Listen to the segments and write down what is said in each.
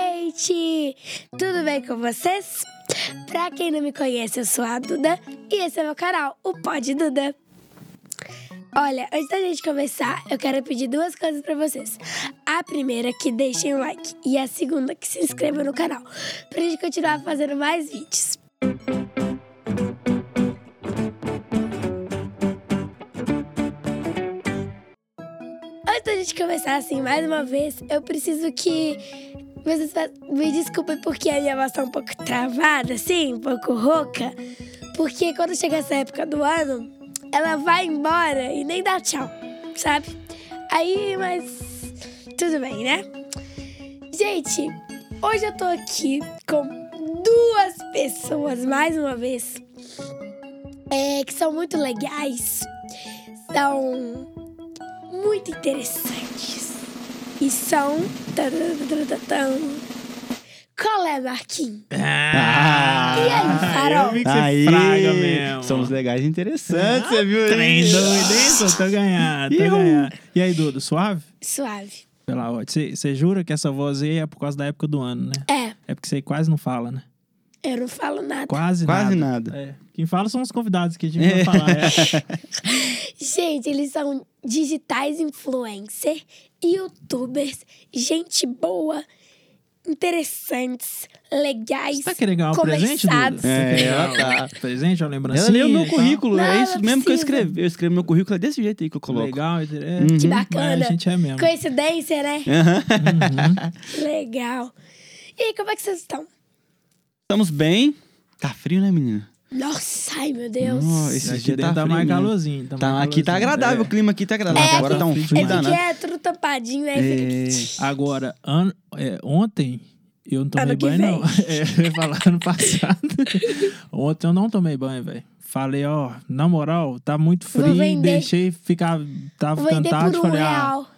gente! Tudo bem com vocês? Pra quem não me conhece, eu sou a Duda e esse é meu canal, o Pod Duda. Olha, antes da gente começar, eu quero pedir duas coisas pra vocês. A primeira, que deixem o like, e a segunda, que se inscrevam no canal, pra gente continuar fazendo mais vídeos. Antes da gente começar assim, mais uma vez, eu preciso que vocês fa- me desculpem porque a minha voz tá um pouco travada, assim, um pouco rouca. Porque quando chega essa época do ano, ela vai embora e nem dá tchau, sabe? Aí, mas tudo bem, né? Gente, hoje eu tô aqui com duas pessoas, mais uma vez, é, que são muito legais, são muito interessantes. E são. tararararam, Colé é, Marquinhos. Ah, E aí, Farol? Eu vi que Aí, você fraga mesmo. somos legais e interessantes, você viu? um. Trem isso? doido, hein? Tô, tô ganhado, tô Ihu. ganhado. E aí, Duda, suave? Suave. Pela ótima. Você jura que essa voz aí é por causa da época do ano, né? É, É porque você quase não fala, né? eu não falo nada. Quase, Quase nada. nada. É. Quem fala são os convidados que a gente vai falar. É. Gente, eles são digitais influencer, youtubers, gente boa, interessantes, legais. Você tá querendo ganhar um presente, Duda? Conversados. Você quer É, ganhar ela um Presente, uma lembrancinha? Ela leu meu e tal? currículo, Não, é não isso mesmo que eu precisa. escrevi. Eu escrevi meu currículo, é desse jeito aí que eu coloco. Legal, é. Uhum. que Mas bacana. a gente é mesmo. Coincidência, né? Aham. Legal. E aí, como é que vocês estão? Estamos bem. Tá frio, né, menina? Nossa, ai meu Deus. Nossa, esse Esse dia dia tá, tá frio mais mesmo. calorzinho. Tá, Tá, mais aqui tá calorzinho. agradável, o clima aqui tá agradável. É, Agora tá um aqui- É frio porque danado. é tudo tampadinho, né? É. né? É. Agora, an- é, ontem eu não tomei Ano que banho, vem. não. É, eu ia falar ano passado. ontem eu não tomei banho, velho. Falei, ó, na moral, tá muito Vou frio, vender. deixei ficar, tava Vou vender cantado, por um falei, ah, real.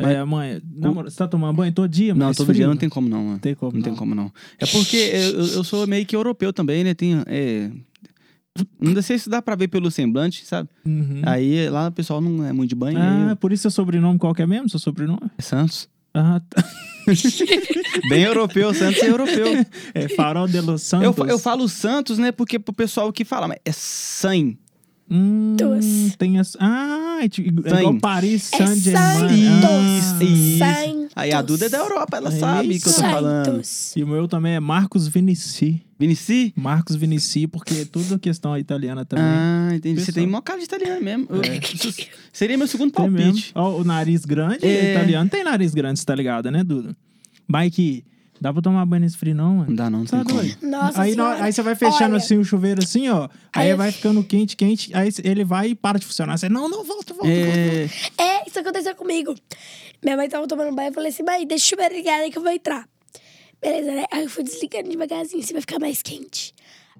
é, mãe, na moral, você tá tomando banho todo dia? Não, mas todo frio, né? dia não tem como não, mano. tem como, Não tem como não. É porque eu, eu sou meio que europeu também, né? Tem, é... Não sei se dá pra ver pelo semblante, sabe? Uhum. Aí lá o pessoal não é muito de banho. aí Ah, eu- por isso seu sobrenome qual que é mesmo? Seu sobrenome? É Santos. Ah, tá. Bem europeu, Santos é europeu. É Farol de Los Santos. Eu, fa- eu falo Santos, né? Porque pro pessoal que fala, mas é sangue. Hum, Doce. tem as... Ah, é ti- é igual Santos. Paris É Saint-Germain. Santos. Ah, Isso. Santos. Aí a Duda é da Europa, ela É sabe o que eu tô isso. falando. Santos. E o meu também é Marcos Vinici. Vinici? Marcos Vinici, porque é tudo questão italiana também. Ah, entendi. Você Pessoal. É. tem mó cara de italiano mesmo. Eu- isso Seria meu segundo Tem mesmo. palpite. Ó, o nariz grande, É. italiano tem nariz grande, você tá ligado, né, Duda? Mike, dá pra tomar banho nesse frio, não, Não mano? dá não, não Tá tem como. doido? Nossa Aí, na- senhora. aí você vai fechando Olha. assim o chuveiro, assim, ó. Aí, Aí- vai ficando quente, quente. Aí ele vai e para de funcionar. Você, não, não, volta, volta, volta. É, É, isso aconteceu comigo. Minha mãe tava tomando banho, eu falei assim, mãe, deixa o chuveiro ligado aí que eu vou entrar. Beleza, né? Aí eu fui desligando devagarzinho, assim, vai ficar mais quente.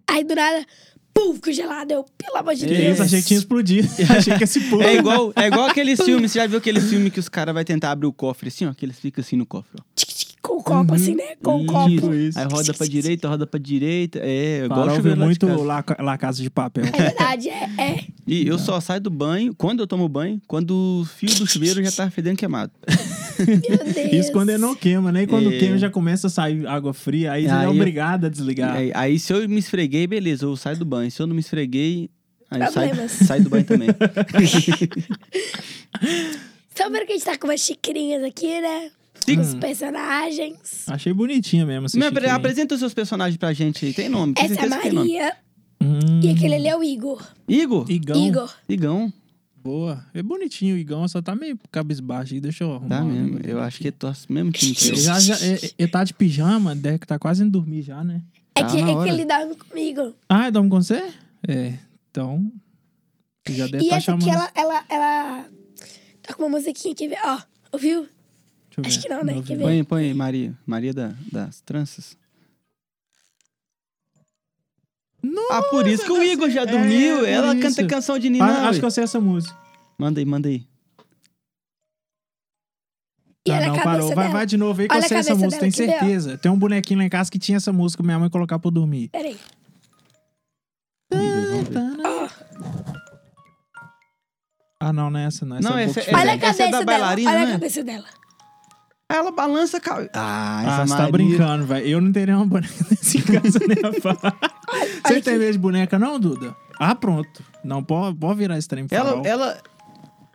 Aí do nada, pum, congelado. Eu, pelo amor de Que Deus. É isso, achei que tinha explodido. achei que esse pulo. é igual, é igual aqueles filmes. Você já viu aquele filme que os caras vão tentar abrir o cofre assim, ó? Que eles ficam assim no cofre, ó. Tic, tic, com o copo, assim, né? Com o Isso, copo. Um Uhum. isso. Aí roda pra direita, roda pra direita. É, igual Farol vê chuveiro lá de muito casa. lá, lá Casa de Papel. É verdade, é. é. E eu só saio do banho, quando eu tomo banho, quando o fio do chuveiro já tá fedendo queimado. Meu Deus. Isso quando ele não queima, né? E quando É. queima já começa a sair água fria, aí, você Aí é eu- obrigado a É desligar. Aí, aí se eu me esfreguei, beleza, eu saio do banho. Se eu não me esfreguei, aí eu saio, Problemas. saio do banho também. Só vendo que a gente tá com umas xicrinhas aqui, né? Hum, Os personagens. Achei bonitinha mesmo. Essa Meu, apre- xicrinha. apresenta os seus personagens pra gente aí. Tem nome? tem Essa é a certeza que tem nome. Maria. Hum, E aquele ali é o Igor. Igor? Igão. Igor. Igão. Boa. É bonitinho o Igão, só tá meio cabisbaixo aí. Deixa eu arrumar. Tá o mesmo. negócio Eu aqui. acho que é do mesmo time que eu. Ele já, já, é- é- ele tá de pijama, deve que tá quase indo dormir já, né? É Tá que, na é que hora. ele dorme comigo. Ah, dorme com você? É. Então. Já deve e tá essa chamando. aqui, ela, ela, ela tá com uma musiquinha aqui, ó. Ouviu? Deixa eu ver. acho que não, né? Quer ouvi. ver? Põe, põe aí, Maria. Maria da- das tranças. Nossa, Ah, por isso que o Igor já é, dormiu. por Ela isso. canta canção de Nina. Ah, acho ué. que eu sei essa música. Manda aí, manda aí. E Ah, olha não, a cabeça parou. Vai, dela. vai de novo aí que Olha a eu sei essa cabeça música, tenho dela que deu. certeza. Tem um bonequinho lá em casa que tinha essa música, minha mãe colocar pra eu dormir. Peraí. Vamos ver, vamos ver. Ah, não, não é essa, não. Essa Não, é essa- um pouco essa- Olha a diferente. é da cabeça dela. bailarina, Olha a né? cabeça dela. Aí ela balança a cabeça. Ah, essa Ah, você tá Maria- brincando, velho. Eu não teria uma boneca desse em casa, né, falar. Você olha tem que- medo de boneca, não, Duda? Ah, pronto. Não, pode, pode virar esse trem pra Ela, farol. ela.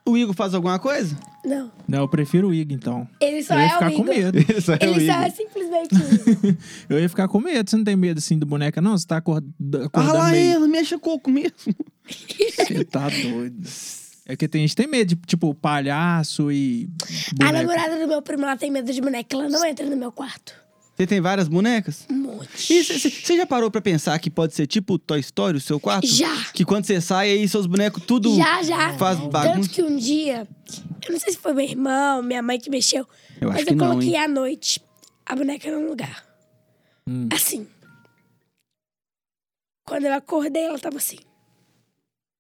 O Igor faz alguma coisa? Não. Não, eu prefiro o Ig, então. Ele só eu ia é o ficar com Igor. medo. Ele só Ele só é simplesmente o Igor. Eu ia ficar com medo. Você não tem medo, assim, do boneca, não? Você tá acorda- Ah acordando lá, meio... ela mexe coco mesmo. Você tá doido. É que tem gente que tem medo de, tipo, palhaço e A boneca. namorada do meu primo, ela tem medo de boneca. Ela não entra no meu quarto. Você tem várias bonecas? Um monte. E você já parou pra pensar que pode ser tipo o Toy Story, o seu quarto? Já. Que quando você sai, aí seus bonecos tudo Já, já. faz Tanto bagunça. que um dia, eu não sei se foi meu irmão, minha mãe que mexeu, Eu acho mas que eu não, coloquei à noite a boneca num lugar. Hum. Assim. Quando eu acordei, ela tava assim.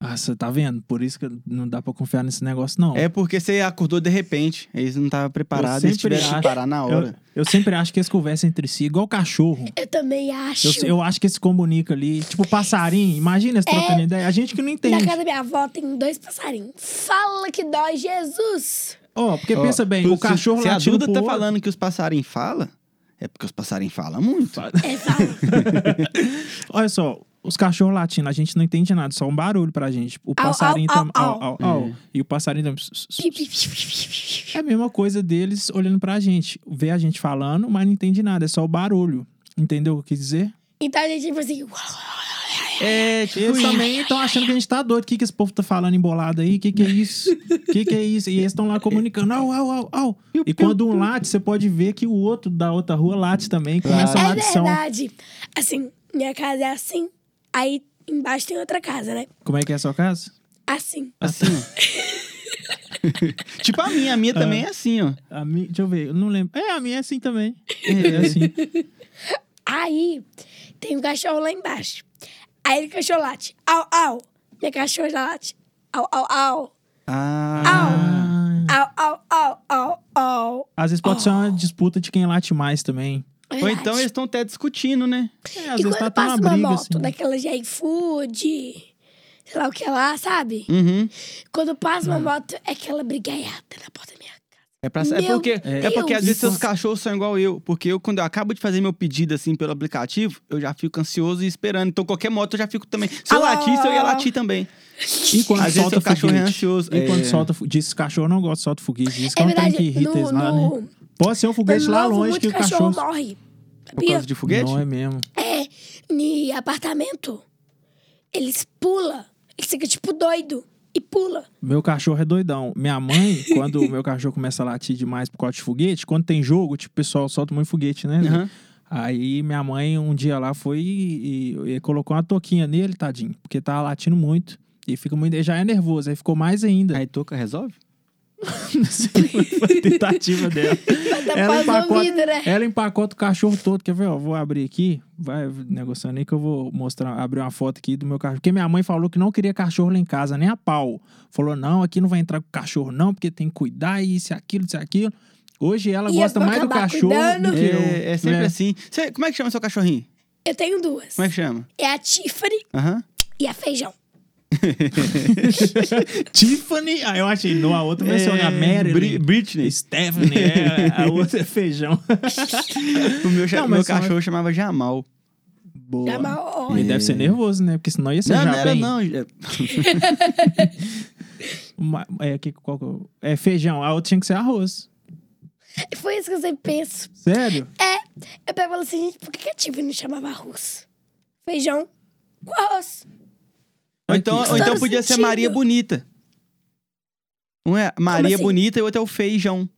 Ah, você tá vendo? Por isso que não dá pra confiar nesse negócio, não. É porque você acordou de repente, aí você não tava preparado, Eu eles sempre tiveram que acho- parar na Eu, hora. eu sempre acho que eles conversam entre si, igual cachorro. Eu também acho. Eu, eu acho que eles se comunicam ali. Tipo, passarinho. Imagina eles trocando ideia. A gente que não É, Na entende. casa da minha avó tem dois passarinhos. Fala que dói, Jesus! Ó, porque Ó, pensa bem, se- o cachorro se a latindo Duda pro tá outro- falando que os passarinhos falam, é porque os passarinhos falam muito. É, fala. Olha só, os cachorros latindo, a gente não entende nada, só um barulho pra gente. O au, passarinho au, também. au. É. E o passarinho também. Pi, pi, pi, pi, pi, pi. É a mesma coisa deles olhando pra gente. Vê a gente falando, mas não entende nada, é só o barulho. Entendeu o que eu quis dizer? então a gente tipo assim. uau, É, tipo Eles isso. também estão achando que a gente tá doido. O que, que esse povo tá falando embolado aí? O que, que é isso? O que, que é isso? E eles estão lá comunicando. Au, au, au, au. E quando um late, você pode ver que o outro da outra rua late também. Ah, Começa a É latição. verdade. Assim, minha casa é assim. Aí embaixo tem outra casa, né? Como é que é a sua casa? Assim. Assim, ó. tipo a minha, a Ah. minha também é assim, ó. A minha, deixa eu ver, eu não lembro. É, a minha é assim também. É, é assim. Aí tem um cachorro lá embaixo. Aí ele cachorro late. Au, au. Minha cachorra já late. Au, au, au. Ah. Au, au, au, au, au. Às vezes pode ser Oh. uma disputa de quem late mais também. Ou Verdade. então eles estão até discutindo, né? É, às E vezes quando tá até passa uma uma briga, moto assim. daquela de iFood, sei lá o que é lá, sabe? Uhum. Quando passa uma Ah. moto, é aquela brigaiada na porta da minha casa. É, pra, é Meu porque é Deus. porque às vezes seus Nossa. cachorros são igual eu, porque eu quando eu acabo de fazer meu pedido assim pelo aplicativo, eu já fico ansioso e esperando. Então qualquer moto eu já fico também. Se eu Ah, lá, latisse, eu ia lá, lá. latir também. E quando Às vezes solta seu cachorro é foguete. ansioso. E quando É. solta foguete. Diz que cachorro não gosta de solta foguete. Diz que É não verdade, tem que irritar no, eles um lá, no, né? Pode ser um no foguete lá novo longe muito que o cachorro. morre. Por causa de foguete? Não é mesmo. Em apartamento, eles pulam. Eles ficam tipo doido e pula. Meu cachorro é doidão. Minha mãe, quando o meu cachorro começa a latir demais por causa de foguete, quando tem jogo, tipo, o pessoal solta muito foguete, né? Aham. Aí minha mãe um dia lá foi e, e- e colocou uma toquinha nele, tadinho, porque tava latindo muito. E fica muito, ele já é nervoso, aí ficou mais ainda. Aí toca resolve? Não sei, foi a tentativa dela. É tapar os ouvidos, né? ela empacota o cachorro todo. Quer ver? Ó, vou abrir aqui. Vai negociando aí que eu vou mostrar, abrir uma foto aqui do meu cachorro. Porque minha mãe falou que não queria cachorro lá em casa, nem a pau. Falou: não, aqui não vai entrar com cachorro, não, porque tem que cuidar, isso, e aquilo, isso, e aquilo. Hoje ela E eu gosta vou mais do acabar cachorro cuidando. do que eu. É, é sempre né? assim. Cê- como é que chama seu cachorrinho? Eu tenho duas. Como é que chama? É a Tiffany Aham. e a Feijão. Tiffany, ah, eu achei, não, a outra vai ser a Mary. É, Bri- Britney. Stephanie, é, a outra é feijão. O meu, cha- Não, meu mas são- cachorro chamava Jamal. Boa. Chama a Ele deve ser nervoso, né? Porque senão ia ser É. não, já não era bem. não. é- Ma- É, que, qual que eu- é feijão, a outra tinha que ser arroz. Foi isso que eu sempre penso. Sério? É, eu pego e falo assim, gente, por que que a Tiffany não chamava arroz? Feijão com arroz. Ou então, ou então Todo podia ser sentido. Maria Bonita. Um é Maria assim? Bonita e o outro é o Feijão.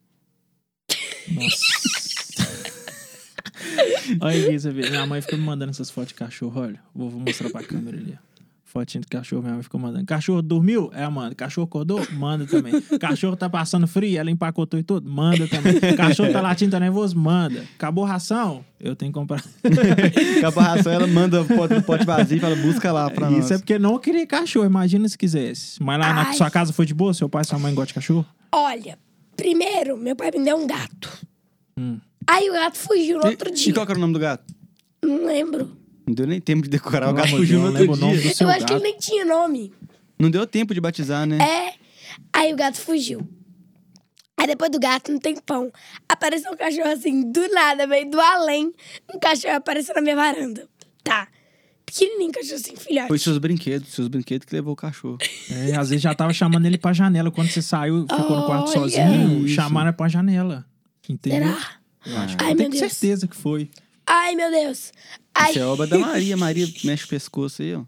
Olha aqui, você vê. Minha mãe fica me mandando essas fotos de cachorro, olha. Vou, vou mostrar pra câmera ali, ó. Fotinho do cachorro, minha mãe ficou mandando. Cachorro dormiu? É, manda. Cachorro acordou? Manda também. Cachorro tá passando frio? Ela empacotou e tudo? Manda também. Cachorro tá latindo, tá nervoso? Manda. Acabou a ração? Eu tenho que comprar. Caparração, ela manda pote, pote vazio e fala, busca lá pra nós. Isso é porque não queria cachorro, imagina se quisesse. Mas lá na Ai. sua casa foi de boa? Seu pai e sua mãe gostam de cachorro? Olha, primeiro, meu pai me deu um gato. Aí o gato fugiu no outro Hum. e, dia. e qual que era o nome do gato? Não lembro. Não deu nem tempo de decorar, o Pelo gato amor de fugiu no Deus, outro eu não lembro o nome dia. do seu eu acho que gato. ele nem tinha nome. Não deu tempo de batizar, né? É. Aí o gato fugiu. Aí depois do gato, um tempão, a apareceu um cachorro assim, do nada, veio do além. Um cachorro apareceu na minha varanda. Tá. Pequenininho, cachorro assim, filhote. Foi seus brinquedos, seus brinquedos que levou o cachorro. É, às vezes já tava chamando ele pra janela. Quando você saiu, ficou no quarto Olha. sozinho, Isso. chamaram pra janela. Entendeu? Será? Eu acho que Ai, eu meu tenho Deus. certeza que foi. Ai, meu Deus. Ai. Isso é obra da Maria. Maria mexe o pescoço aí, ó.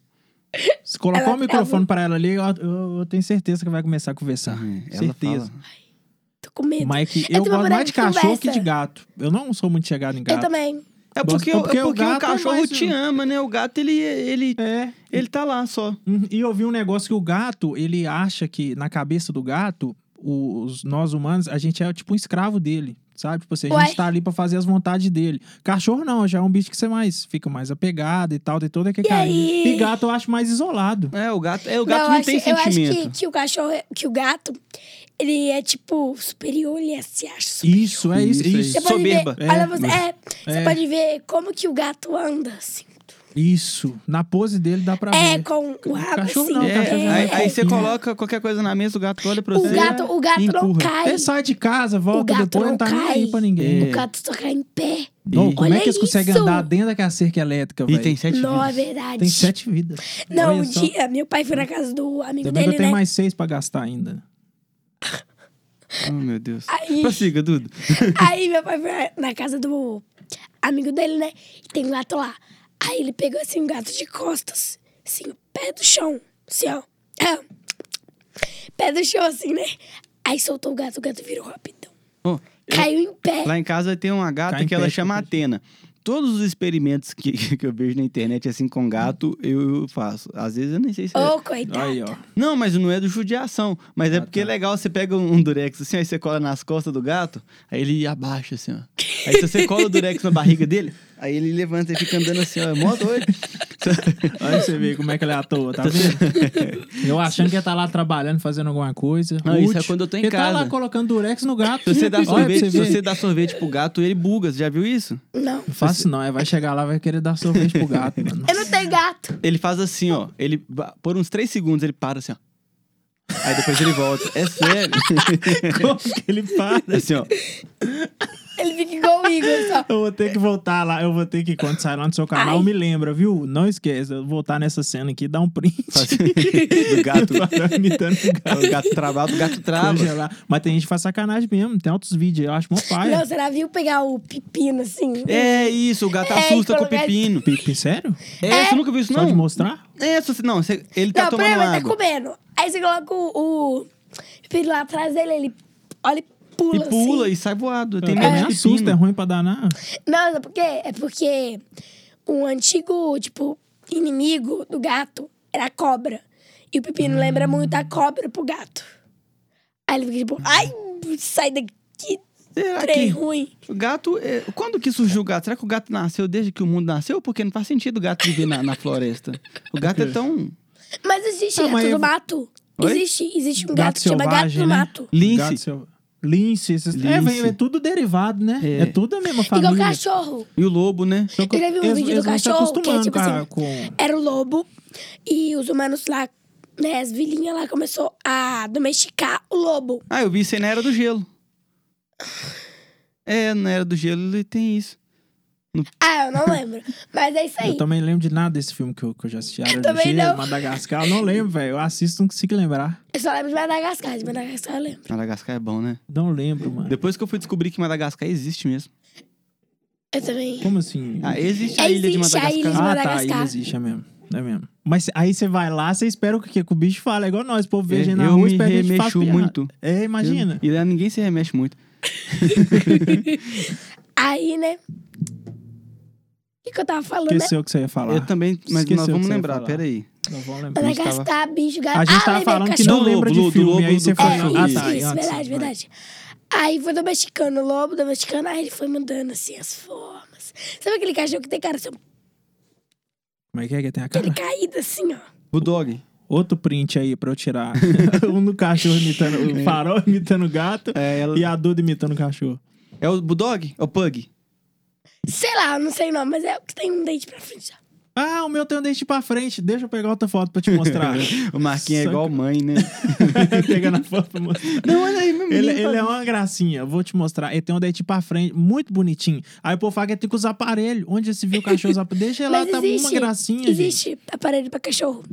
Se colocar Ela- o microfone pra ela ali, eu, eu- eu tenho certeza que vai começar a conversar. É, ela certeza. fala. Tô com medo. Mike, Eu eu tô gosto namorando mais de com cachorro conversa. que de gato. Eu não sou muito chegado em gato. Eu também. É Gosto- porque, o- é porque, porque o o, gato é cachorro mais te um. ama, né? O gato, ele, ele, É. ele tá lá só. Uhum, E eu vi um negócio que o gato, ele acha que na cabeça do gato, os nós humanos, a gente é tipo um escravo dele, sabe? Tipo assim, a Ué. gente tá ali pra fazer as vontades dele. Cachorro não, já é um bicho que você mais fica mais apegado e tal, tem todo aquele E aí? carinho. E gato eu acho mais isolado. É, o gato, é, o gato não, eu acho, tem eu acho sentimento. que, que o cachorro, é- que o gato, ele é tipo superior, ele se acha superior. Isso, é isso, Isso, é isso. Você pode Soberba. Ver, olha É. você, é, você É. pode ver como que o gato anda, assim. Isso. Na pose dele dá pra É, ver. com o rabo cachorro assim. não, tá É, cachorro não. é. aí, aí você coloca qualquer coisa na mesa, o gato olha pra O você. gato, o gato não empurra. cai. Ele É, sai de casa, volta gato depois, não não tá nem cai. aí pra ninguém. O É. gato só cai em pé. Não, como Olha é que eles conseguem isso. andar dentro daquela cerca elétrica, E velho? tem sete Não, é vidas. verdade. Tem sete vidas. Não, Olha um só. dia, meu pai foi na casa do amigo Ainda bem que dele, eu tenho né? mais seis pra gastar ainda. Oh, meu Deus. Aí- Prossiga, Dudu. Aí meu pai foi na casa do amigo dele, né? E tem um gato lá. Aí ele pegou assim um gato de costas, assim, o pé do chão, assim, ó. Ah. Pé do chão, assim, né? Aí soltou o gato, o gato virou rapidão. Ó, Caiu em pé. Lá em casa tem uma gata Cai em que ela pé, chama fica Atena. Todos os experimentos que, que eu vejo na internet, assim, com gato, eu faço. Às vezes eu nem sei se... é. Ô, coitado. Aí, ó. Não, mas não é do judiação. Mas é Ah, porque é tá. legal, você pega um um durex assim, aí você cola nas costas do gato, aí ele abaixa assim, ó. Aí se você cola o durex na barriga dele, aí ele levanta e fica andando assim, ó. É mó doido. Olha pra você ver como é que ele é à toa, tá vendo? eu achando que ia tá lá trabalhando, fazendo alguma coisa. Não, isso é útil. quando eu tô em ele casa. tá lá colocando durex no gato. Se você dá Olha pra sorvete, se ver. você dá sorvete pro gato, ele buga. Você já viu isso? Não. Não faço não, é, vai chegar lá vai querer dar sorvete pro gato, mano. Eu não tenho gato. Ele faz assim, ó. Ele, ba- por uns três segundos, ele para assim, ó. Aí depois ele volta. É sério. Como que ele para? assim, ó. Ele fica igual o Igor só. Eu vou ter que voltar lá, eu vou ter que, quando sair lá no seu canal, Ai. me lembra, viu? Não esqueça, eu vou voltar nessa cena aqui, dar um print. Faz- Do gato. Imitando o gato. O gato travado, o gato trava. Congelar. Mas tem gente que faz sacanagem mesmo, tem outros vídeos, aí, eu acho mó pai. Não, será viu pegar o pepino assim? Ah, É isso, o gato É, assusta com o colocar- pepino. Sério? É, você nunca viu isso, Só de não? mostrar? É, se você, não, você- ele tá não, tomando primeiro ele tá água. comendo. Aí você coloca o, o pepino lá atrás dele, ele olha e E pula. pula assim. e sai voado. Tem Tem medo de me assusta, é pepino. ruim pra danar. Não, sabe por quê? É porque um antigo, tipo, inimigo do gato era a cobra. E o pepino lembra Hum. muito a cobra pro gato. Aí ele fica tipo, ai, sai daqui, que Será trem que ruim. o gato... é, Quando que surgiu o gato? Será que o gato nasceu desde que o mundo nasceu? Porque não faz sentido o gato viver na, na floresta. O gato é tão... Mas existe Ah, gato mas do eu- mato. Oi? Existe, existe um gato, Gato que chama gato selvagem, do né? mato. Lince. Gato seu- Lince, esses... É, Lince. vem- é tudo derivado, né? É. É, tudo a mesma Igual família. cachorro. E o lobo, né? Eu Então, já vi um eles- vídeo do eles vão se cachorro que é acostumando tipo com a- assim, com- Era o lobo e os humanos lá, né, as vilinhas lá começou a domesticar o lobo. Ah, eu vi isso aí na Era do Gelo. É, na Era do Gelo ele tem isso. Ah, eu não lembro. Mas é isso aí. Eu também lembro de nada desse filme que eu, que eu já assisti. Era do também Gelo, não. Madagascar. Eu não lembro, velho. Eu assisto, não consigo lembrar. Eu só lembro de Madagascar, de Madagascar eu lembro. Madagascar é bom, né? Não lembro, mano. Depois que eu fui descobrir que Madagascar existe mesmo. Eu também. Como assim? Ah, existe a ilha de Existe a Madagascar. ilha de Ah, tá, Madagascar. ele existe, é mesmo. É mesmo. Mas aí você vai lá, você espera o quê? Que o bicho fala. É igual nós, o povo vê a gente É, na eu rua, me espera que a gente faça remexo piada. muito. É, imagina. E lá ninguém se remexe muito. Aí, né? O que, que eu tava falando, né? Esqueceu o que você ia falar. Eu também, mas Esqueceu nós o que vamos você ia lembrar, falar. peraí. Não vou lembrar. Madagascar, bicho, gato. A gente ah, tava lembrei, falando que cachorro. não cachorro. lembra Do de lobo, do filme, lobo, aí você do falou. É, cachorro. Ah, isso, tá. isso, antes, verdade, vai. verdade. Aí foi domesticando o lobo, domesticando, aí ele foi mudando assim as formas. Sabe aquele cachorro que tem cara assim, Como é que é que tem a cara? ele caído assim, ó? Bulldog. Outro print aí pra eu tirar. um do cachorro imitando o farol, imitando o gato. É, ela- E a Duda imitando o cachorro. É o Bulldog? É o Pug? Sei lá, não sei não, mas é o que tem um dente pra frente já. Ah, o meu tem um dente pra frente. Deixa eu pegar outra foto pra te mostrar. O Marquinhos é Saca. igual mãe, né? Pegando a foto pra mostrar. Não, olha aí, meu Ele, menino ele é fala- uma gracinha, eu vou te mostrar. Ele tem um dente pra frente, muito bonitinho. Aí o povo fala que tem que usar aparelho. Onde você viu o cachorro usar aparelho? Deixa lá, Mas tá existe, uma gracinha. Gente. existe aparelho pra cachorro.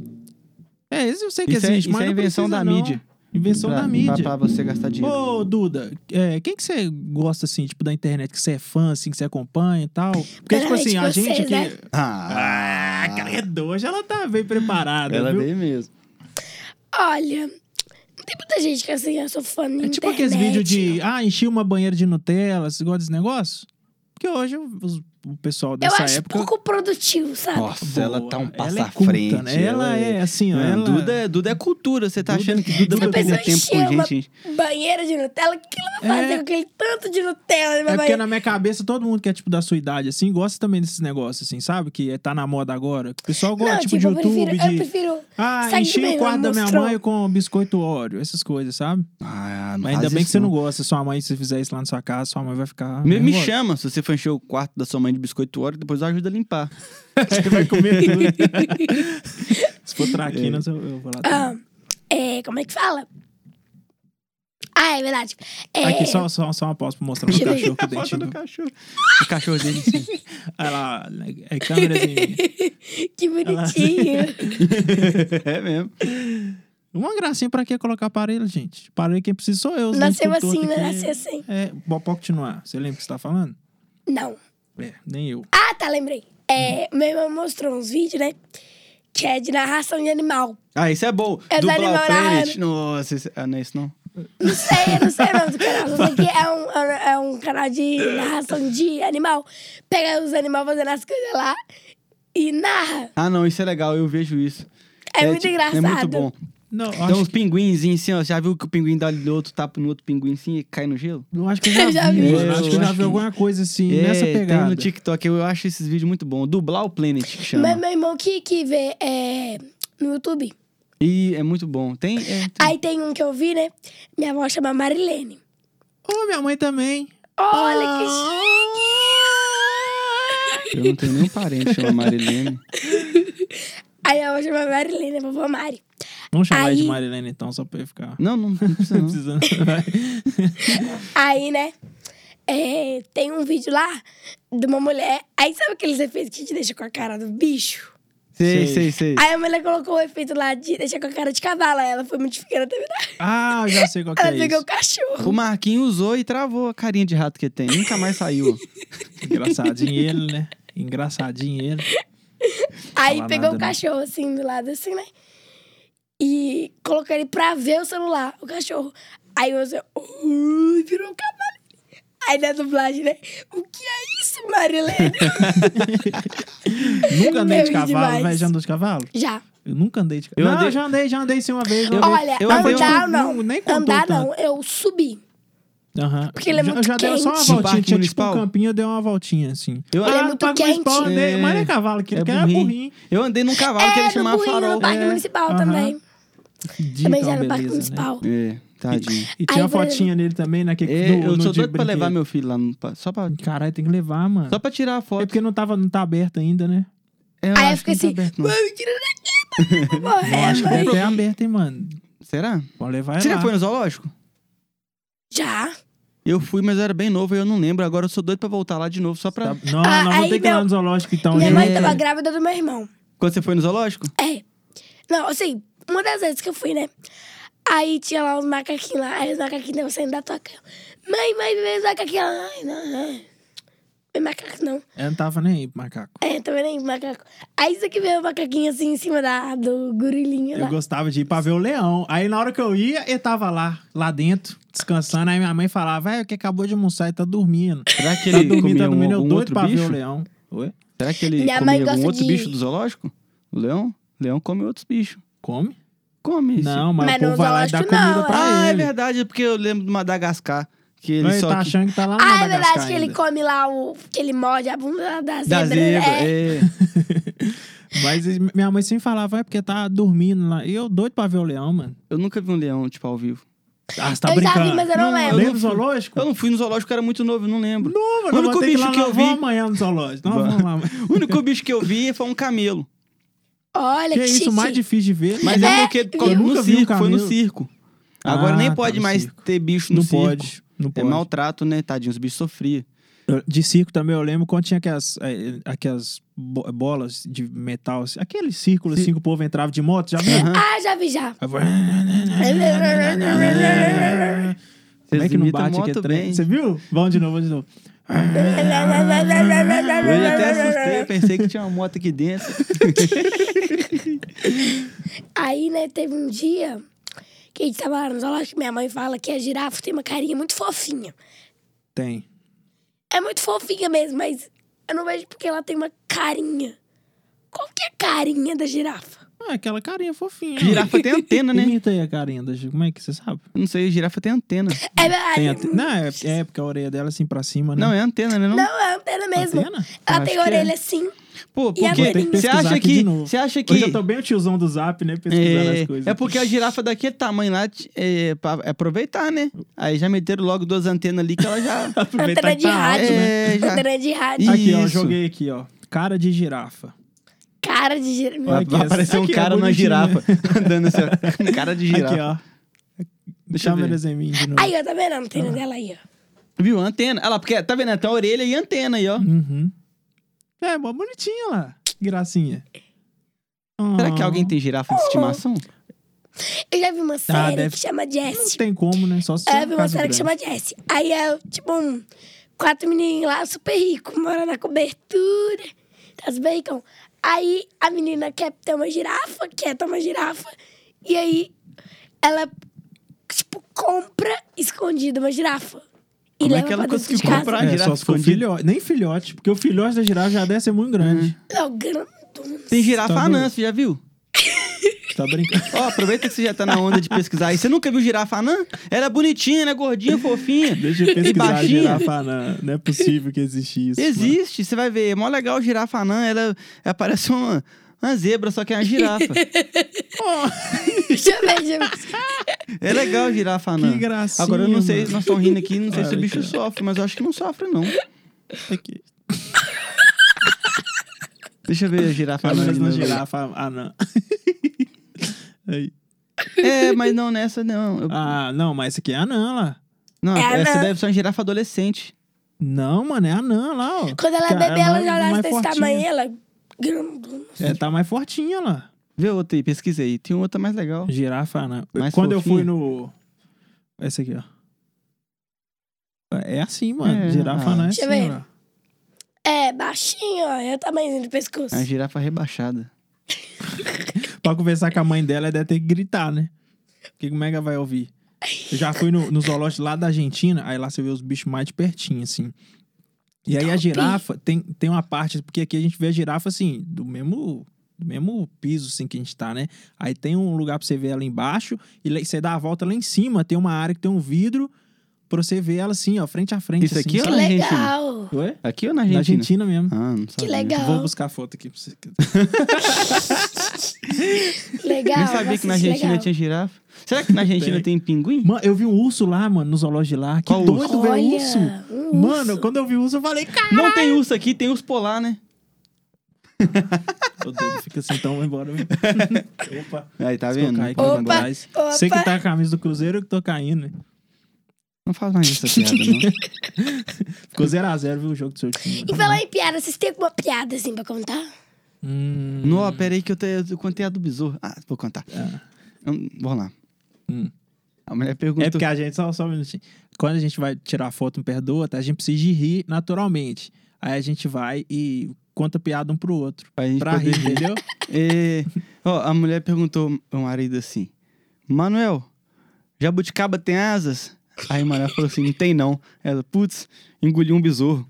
É, isso eu sei que Isso é- existe, isso mas é não invenção precisa, da não. mídia. Invenção pra, da mídia. Pra, pra você gastar dinheiro. Ô, Duda, é, quem que você gosta, assim, tipo, da internet, que você é fã, assim, que você acompanha e tal? Porque, tipo assim, Claramente a gente vocês, que... né? Ah, Ah, credo, hoje ela tá bem preparada, ela é viu? veio mesmo. Olha, não tem muita gente que assim, eu sou fã da É internet. tipo aqueles vídeos de, ah, enchi uma banheira de Nutella, você gosta desse negócio? Porque hoje os- o pessoal Eu dessa acho época... pouco produtivo, sabe? Nossa, ela tá um Boa, passo ela é à culta, frente. né? Ela, é, assim, ó, ela... Duda, é- Duda é cultura. Você tá Duda- é achando que Duda Se vai a pessoa perder tempo encher com uma gente? hein? banheira de Nutella, o que ela vai fazer É. com aquele tanto de Nutella? na É porque banheira? na minha cabeça todo mundo que é tipo da sua idade, assim, gosta também desses negócios, assim, sabe? Que é- tá na moda agora. Que O pessoal gosta, Não, tipo, tipo, de eu YouTube, prefiro, eu de. prefiro Ah, Segue enchi bem, o quarto ela da minha mostrou. mãe com biscoito óleo, essas coisas, sabe? Ah, não Mas faz ainda bem isso que você não não. gosta. Sua mãe, se fizer isso lá na sua casa, sua mãe vai ficar. Me, me nervosa. chama se você for encher o quarto da sua mãe de biscoito hora, depois eu ajudo a limpar. Você vai comer né? tudo. se for traquinas, eu, eu vou lá. Ah, também. é, como é que fala? Ah, é verdade. É, Aqui, só, só, só uma pausa pra mostrar no Deixa eu ver. cachorro com o Foto do dentinho. cachorro. O cachorro dele, sim. Olha lá, é câmeras em mim. que bonitinho. é mesmo. Uma gracinha pra que colocar aparelho, gente? Aparelho quem precisa sou eu. os dentes Nasceu tudo torto assim, né? um aqui. Nasceu assim. É, bom, pode continuar. Você lembra o que você tá falando? Não. É, nem eu. Ah, tá, lembrei. Hum. É, meu irmão mostrou uns vídeos, né? Que é de narração de animal. Ah, isso é bom. É do Dublar o Animal Planet. Raro. Nossa, esse- ah, não é isso não? Não sei, eu não sei o nome do canal. Só sei que é um, é um canal de narração de animal. Pega os animais fazendo as coisas lá e narra. Ah, não, isso é legal, eu vejo isso. É muito tipo, engraçado. É muito bom. Não, eu Tem acho, uns que, pinguinzinhos assim, ó. Já viu que o pinguim dá no outro, tapa no outro pinguim assim e cai no gelo? eu acho que eu já vi. Já vi. mano. Eu acho que eu Eu já acho vi que- alguma coisa assim, é, nessa Tem pegada. no TikTok, eu acho esses vídeos muito bons. Dublar o Planet que chama. Mas meu irmão que, que vê é, no YouTube. E é muito bom. Tem. é, tem- Aí tem um que eu vi, né? Minha avó chama Marilene. Ô, minha mãe também. Olha que chique! Eu não tenho nenhum parente que chama Marilene. Aí minha avó chama Marilene, a vovó Mari. Vamos chamar ela de Aí- Marilene então, só pra ele ficar. Não, não, não precisa não. Precisando. né? vai. Aí, né? é, tem um vídeo lá de uma mulher. Aí sabe aqueles efeitos que te deixa com a cara do bicho? Sei. Sei, sei, sei. Aí a mulher colocou o efeito lá de deixar com a cara de cavalo. Aí ela foi modificando até virar. Ah, eu já sei qual que Ela é pegou isso. o cachorro. O Marquinhos usou e travou a carinha de rato que tem. Nunca mais saiu. Engraçadinho ele, né? Engraçadinho ele. Aí Fala pegou nada, o né? cachorro assim do lado, assim, né? E colocou ele pra ver o celular, o cachorro. Aí você. Ui, virou um cavalo. Aí na dublagem, né? O que é isso, Marilene? Nunca andei de Meu, cavalo, demais. velho. Já andou de cavalo? Já. Eu nunca andei de Eu cavalo. Não, andei- já andei, já andei sim uma vez. Eu- Olha, eu andei andar um- não. não, nem contou andar tanto. não, eu subi. Aham. Porque ele é já, muito já deu só uma quente. No voltinha, parque tinha municipal? tipo um campinho, eu dei uma voltinha, assim. Eu- Ele é Ah, no muito parque municipal, quente. eu andei, mas não é cavalo, aquilo que era burrinho. Eu andei num cavalo que ele é, no chamava burrinho, farol. no parque é. municipal Aham. também. De Também tal já no parque beleza, né? municipal. É, tadinho. E tinha Aí, uma por fotinha nele também, né? Que, É, do- eu no sou de doido pra levar brinquedo. meu filho lá no pa- só pra Caralho, tem que levar, mano. só para tirar a É foto. porque não, tava, não tá aberto ainda, né? É, eu Aí eu fico acho que não tá assim, aberto, não. mano, tira daqui, mano, eu vou Eu morrer, acho que mano. deve ter aberto, hein, mano. "Hum, Será? Vamos levar é ela. Você já foi no zoológico? Já. Eu fui, mas eu era bem novo e eu não lembro. Agora eu sou doido pra voltar lá de novo só pra. Tá- Não, Ah, não, vou aí ter que ir lá meu- no zoológico, então. Minha gente. mãe tava grávida do meu irmão. Quando você foi no zoológico? É. Não, assim, uma das vezes que eu fui, né? Aí tinha lá uns macaquinhos lá, aí os macaquinhos estavam saindo da tua cama. Mãe, mãe, vem os macaquinhos lá. Ai, não, não. Vem macaco, não. Eu não tava nem aí, pro macaco. É, também nem macaco. Aí isso aqui veio o macaquinho assim em cima da, do gorilinho Eu lá. gostava de ir pra ver o leão. Aí na hora que eu ia, ele tava lá, lá dentro, descansando. Aí minha mãe falava, velho, que acabou de almoçar e tá dormindo. Será que Tá ele dormindo, comia tá dormindo, um, eu algum doido outro pra ver o bicho? leão. Oi? Será que ele Minha mãe comia algum gosta outro de- bicho do zoológico? O leão? O leão come outros bichos. Come? Come isso. Não, mas, Mas o povo no vai lá e dá zoológico comida não, pra Ah, é ele. verdade, é porque eu lembro do Madagascar. Que ele Ele só. tá que- achando que tá lá no Ah, é Madagascar verdade que ele ainda. come lá o. que ele morde a bunda da zebra. Da zebra. É. É. Mas e- minha mãe sempre falava, é porque tá dormindo lá. E eu doido pra ver o leão, mano. Eu nunca vi um leão, tipo, ao vivo. Ah, você tá Eu já vi, brincando. mas eu não lembro. Lembra do zoológico? Eu não fui no zoológico, eu era muito novo, eu não lembro. Não, mas O nós único vamos ter que ir bicho lá, que eu nós vamos vi- amanhã no zoológico. Nós vamos lá. O único bicho que eu vi foi um camelo. Olha Que que, é isso, chique. mais difícil de ver. né? Mas é, É, porque eu como no nunca vi um circo, foi no camelo. circo. Agora nem Ah, pode tá, no mais circo. ter bicho no não circo. pode. Não É pode. maltrato, né? Tadinho, os bichos sofriam. Eu- De circo também eu lembro quando tinha aquelas, eh, aquelas bo- bolas de metal, assim, aquele círculo assim que o povo entrava de moto, já viu? Ah, já vi já. Aí né, vai- Como é que não imitam bate moto aquele trem? bem. Você viu? Vamos de novo, vamos de novo. Ah, Eu já até assustei, pensei que tinha uma moto aqui dentro. Aí, né, teve um dia que a gente tava lá no zoológico. Minha mãe fala que a girafa tem uma carinha muito fofinha. Tem. É muito fofinha mesmo, mas eu não vejo porque ela tem uma carinha. Qual que é a carinha da girafa? Ah, aquela carinha fofinha. Girafa tem antena, né? Imita aí a carinha da gi- Como é que você sabe? Não sei, girafa tem antena. É verdade. Tem ante- Não, é, é porque a orelha dela é assim pra cima, né? Não, é antena, né? Não? Não, é antena mesmo. Ela Antena? Eu tem acho que é. orelha assim. Pô, E a porque anteninha? você Pesquisar acha aqui que. de novo. Você acha que. Hoje eu tô bem o tiozão do zap, né? Pesquisando as coisas. É, é porque a girafa daquele tamanho lá t- é, pra é aproveitar, né? Aí já meteram logo duas antenas ali que ela já. Aproveitar antena que de tá alto, rádio. né? É, já- Antena de rádio. Ih. Aqui, ó, Isso. joguei aqui, ó. Cara de girafa. Cara de girafa. Vai, vai aparecer um Aqui, ó, cara na bonitinho. girafa. Andando assim, ó. Um cara de girafa. Aqui, ó. Deixa eu Chama ver. eles em mim de novo. Aí, ó, tá vendo a antena dela aí, ó. Viu? Antena. Olha lá, porque tá vendo? Tem a orelha e antena aí, ó. Uhum. É, mó bonitinha lá. Que Gracinha. Será que Ah, alguém tem girafa de estimação? Eu já vi Ah, uma série deve- que chama Não Jess. tem como, né? Só se Eu for já vi um uma caso série É, que grande. chama Jess. Aí é, tipo, um, quatro menininhos lá, super ricos, moram na cobertura. Tá super ricão. Aí a menina quer ter uma girafa, quer ter uma girafa. E aí ela, tipo, compra escondida uma girafa. E Como é leva que ela pra dentro conseguiu de casa. comprar? É, Girafa só se for escondida. filhote. Nem filhote, porque o filhote da girafa já deve ser muito grande. Uhum. Não, grandona. Tem girafa Tá anã, doido. você já viu? Tá brincando. Ó, aproveita que você já tá na onda de pesquisar aí. Você nunca viu girafa anã? Ela é bonitinha, ela é gordinha, fofinha. Deixa eu E pesquisar a baixinha. girafa. Não, não é possível que existe isso. mano. Existe, você vai ver. É mó legal girafa anã. Ela, ela parece uma, uma zebra, só que é uma girafa. Deixa eu ver, deixa eu ver. É legal girafa anã. Que gracinha, Agora eu não sei, mano. nós estamos rindo aqui, não sei se o Olha, bicho cara. sofre, mas eu acho que não sofre, não. Aqui. Deixa eu ver a girafa anã. Falando de na novo. girafa anã. Aí. É, mas não nessa, não. Eu- Ah, não, mas esse aqui é anã lá. Não, É essa anã. deve ser uma girafa adolescente. Não, mano, é anã lá, ó. Quando ela é Que bebê, ela mais- já nasce mais desse fortinha. tamanho, ela é grandona. É, tá mais fortinha lá. Vê outra aí, pesquisa aí. Tem outra mais legal. Girafa anã. Mais Quando eu fui fofinha. no... Essa aqui, ó. É assim, mano. É, girafa ah. anã é Deixa eu assim, ver. ó. É, baixinho, ó. É o tamanhozinho do pescoço. A girafa rebaixada. Pra conversar com a mãe dela, ela deve ter que gritar, né? Porque como é que ela vai ouvir? Eu já fui no, no zoológico lá da Argentina, aí lá você vê os bichos mais de pertinho, assim. E aí a Top. girafa tem, tem uma parte, porque aqui a gente vê a girafa assim, do mesmo, do mesmo piso assim que a gente tá, né? Aí tem um lugar pra você ver ela embaixo, e lá- você dá a volta lá em cima, tem uma área que tem um vidro pra você ver ela assim, ó, frente a frente. Isso assim, aqui, Que ó. na Argentina. legal. sabe? Ué? Aqui ou na Na Argentina Argentina? mesmo. Ah, não sabia. Que legal. Vou buscar a foto aqui pra você. Legal. Nem sabia que na bastante Argentina é legal. tinha girafa. Será que na Argentina tem, pinguim? Mano, eu vi um urso lá, mano, no zoológico de lá. Que Qual doido, urso? velho. Olha, Urso. um urso. Mano, quando eu vi urso, eu falei, cara. Não tem urso aqui, tem urso polar, né? Ô, doido, fica assim, então, vai embora. velho. Opa. Aí, tá Se eu vendo? cair aqui, Opa, vai embora. Sei opa. que tá a camisa do Cruzeiro, eu que tô caindo. né? Não faz mais essa piada, não. Ficou 0x0, viu, o jogo do seu time. E falar em piada, vocês têm alguma piada assim pra contar? Hum, é. Nó, pera aí que eu, te, eu contei a do besouro. Ah, vou contar. Hum, Vamos lá. Hum. A mulher É perguntou. porque a gente, só, só um minutinho. Quando a gente vai tirar foto um perdoa, tá? a gente precisa de rir naturalmente. Aí a gente vai e conta piada um pro outro. Pra gente Pra poder rir, rir. entendeu? É, ó, a mulher perguntou ao marido assim: Manuel, jabuticaba tem asas? Aí o Manuel falou assim: Não tem não. Ela, putz, engoliu um besouro.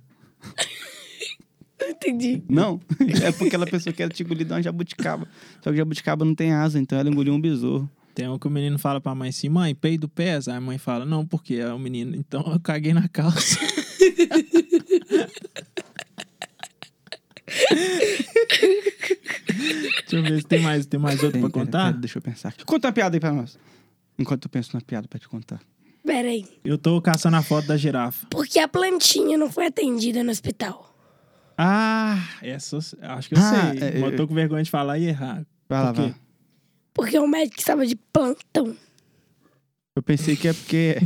Entendi. Não, é porque ela pensou que ela tinha engolido uma jabuticaba. Só que jabuticaba não tem asa, então ela engoliu um besouro. Tem um que o menino fala pra mãe assim, mãe, peido pesa? Aí a mãe fala, não, porque é o menino. Então eu caguei na calça. Deixa eu ver se tem mais, tem mais outro Pera, pra pera, contar. pera, deixa eu pensar. Conta uma piada aí pra nós. Enquanto eu penso na piada pra te contar. Peraí. Eu tô caçando a foto da girafa. Porque a plantinha não foi atendida no hospital. Ah, essa eu sei- acho que eu Ah, sei. é, mas é. eu tô com vergonha de falar e errar. Vai lá, Por vai quê? lá. Porque o médico estava de plantão. Eu pensei que é porque.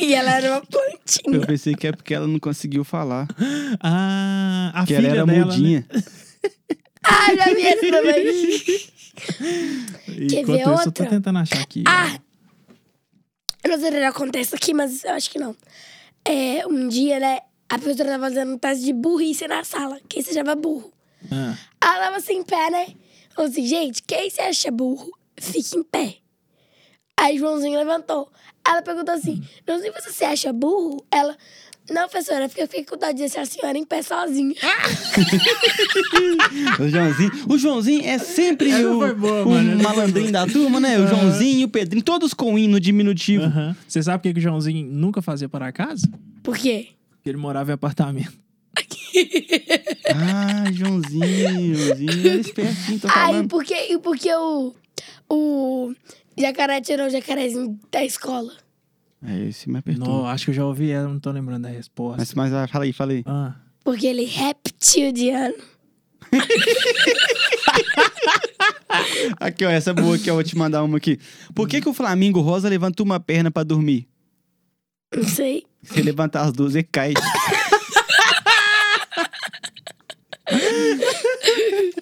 E ela era uma Eu plantinha. pensei que é porque ela não conseguiu falar. Ah, a Que filha ela era dela, mudinha. Ah, já vi essa também. Né? Quer Enquanto ver isso, eu tô outra? tentando achar aqui. Ah! Eu não sei se acontece aqui, mas eu acho que não. É, um dia, né, a professora tava fazendo um teste de burrice na sala. Quem se achava burro? Ah, Ela tava sem pé, né? Falou assim, gente, quem se acha burro, fica em pé. Aí Joãozinho levantou. Ela perguntou assim, Joãozinho, você se acha burro? Ela, não, professora, porque eu fiquei com vontade de deixar a senhora em pé sozinha. O Joãozinho. O Joãozinho é sempre Essa o, foi boa, o mano. Essa malandrinho da turma, né? O Joãozinho, o Pedrinho, todos com hino diminutivo. aham. Você sabe por que que o Joãozinho nunca fazia para casa? Por quê? Porque ele morava em apartamento. Ah, Joãozinho, Joãozinho era espertinho, tô tá Ah, e falando. porque, e porque o, o jacaré tirou o jacarezinho da escola? É, esse me apertou. Não, acho que eu já ouvi ela, não tô lembrando da resposta. Mas, mas ah, fala aí, fala aí. Ah. Porque ele é reptiliano. Aqui, ó, essa é boa aqui, ó, vou te mandar uma aqui. Por que, que o Flamingo Rosa levanta uma perna pra dormir? Não sei. Se levantar as duas, ele cai.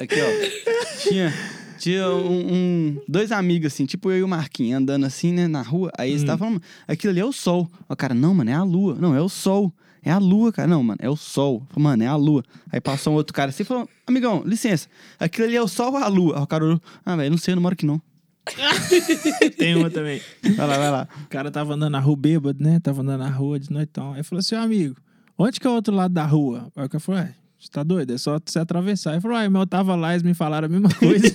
aqui, ó. Tinha, tinha um, um- dois amigos, assim, tipo eu e o Marquinhos, andando assim, né, na rua. Aí eles estavam falando, aquilo ali é o sol. Ó, cara, não, mano, é a lua. Não, é o sol. É a lua, cara. Não, mano, é o sol. Eu falei, Mano, é a lua. Aí passou um outro cara assim e falou, amigão, licença, aquilo ali é o sol ou a lua? Aí o cara olhou, ah, velho, não sei, eu não moro aqui não. Tem uma também. Vai lá, vai lá. O cara tava andando na rua bêbado, né? Tava andando na rua de noitão. Aí falou assim, "Ô, amigo, onde que é o outro lado da rua? Aí o cara falou, ué, você tá doido? É só você atravessar. Aí falou, ai, mas eu tava lá, eles me falaram a mesma coisa.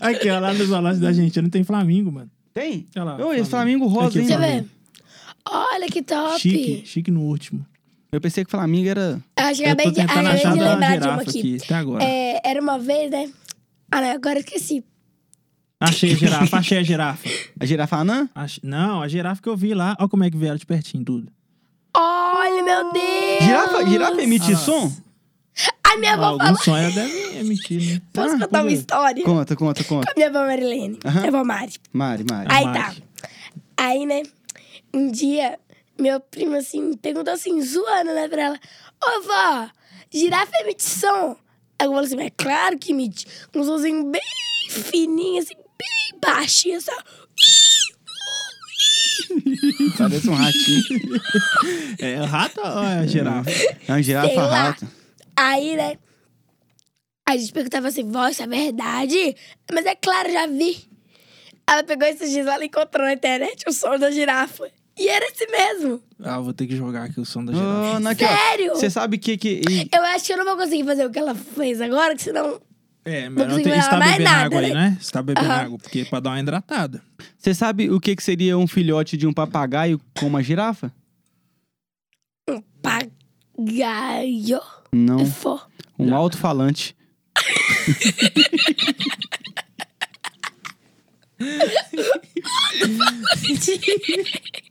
Aqui, ó, lá no zoológico da Argentina tem Flamingo, mano. Tem? Olha lá, Ô, esse Flamengo rosa, Aqui, hein? Você Flamengo. vê? Olha que top. Chique, chique no último. Eu pensei que o Flamengo era. é Eu acho que Eu acabei tô de, tentando acabei achar de da lembrar de uma girafa aqui. aqui, até agora. É, era uma vez, né? Ah, não, agora eu esqueci. Achei a girafa, achei a girafa. A girafa anã? Achei- Não, a girafa que eu vi lá, olha como é que vieram de pertinho tudo. Olha, meu Deus! Girafa, girafa emite Ah. som? Ai, minha avó Algum falou. sonho ela deve emitir, né? Posso Ah, contar por uma quê? história? Conta, conta, Com conta. a minha avó Marilene. Aham. Minha avó Mari. Mari, Mari. Ah. Aí tá. Mari. Aí, né? Um dia, meu primo, assim, perguntou assim, zoando, né, pra ela. Ô, vó, girafa emite som? Aí eu falei assim, mas é claro que emite. Um somzinho bem fininho, assim, bem baixinho, só. Parece um ratinho. É rato ou é girafa? É uma Sei girafa lá. rata. Aí, né? A gente perguntava assim, vó, isso é verdade? Mas é claro, já vi. Ela pegou esses dias, ela encontrou na internet o som da girafa. E era esse mesmo. Ah, vou ter que jogar aqui o som da Ô, girafa. Naquel, Sério? Você sabe que. que e- Eu acho que eu não vou conseguir fazer o que ela fez agora, que senão É, Não mas não consigo tem, você tá falar mais bebendo nada, água aí, né? né? Você tá bebendo Aham. água, porque pra dar uma hidratada. Você sabe o que, que seria um filhote de um papagaio com uma girafa? pagaio Não. for. Um alto-falante.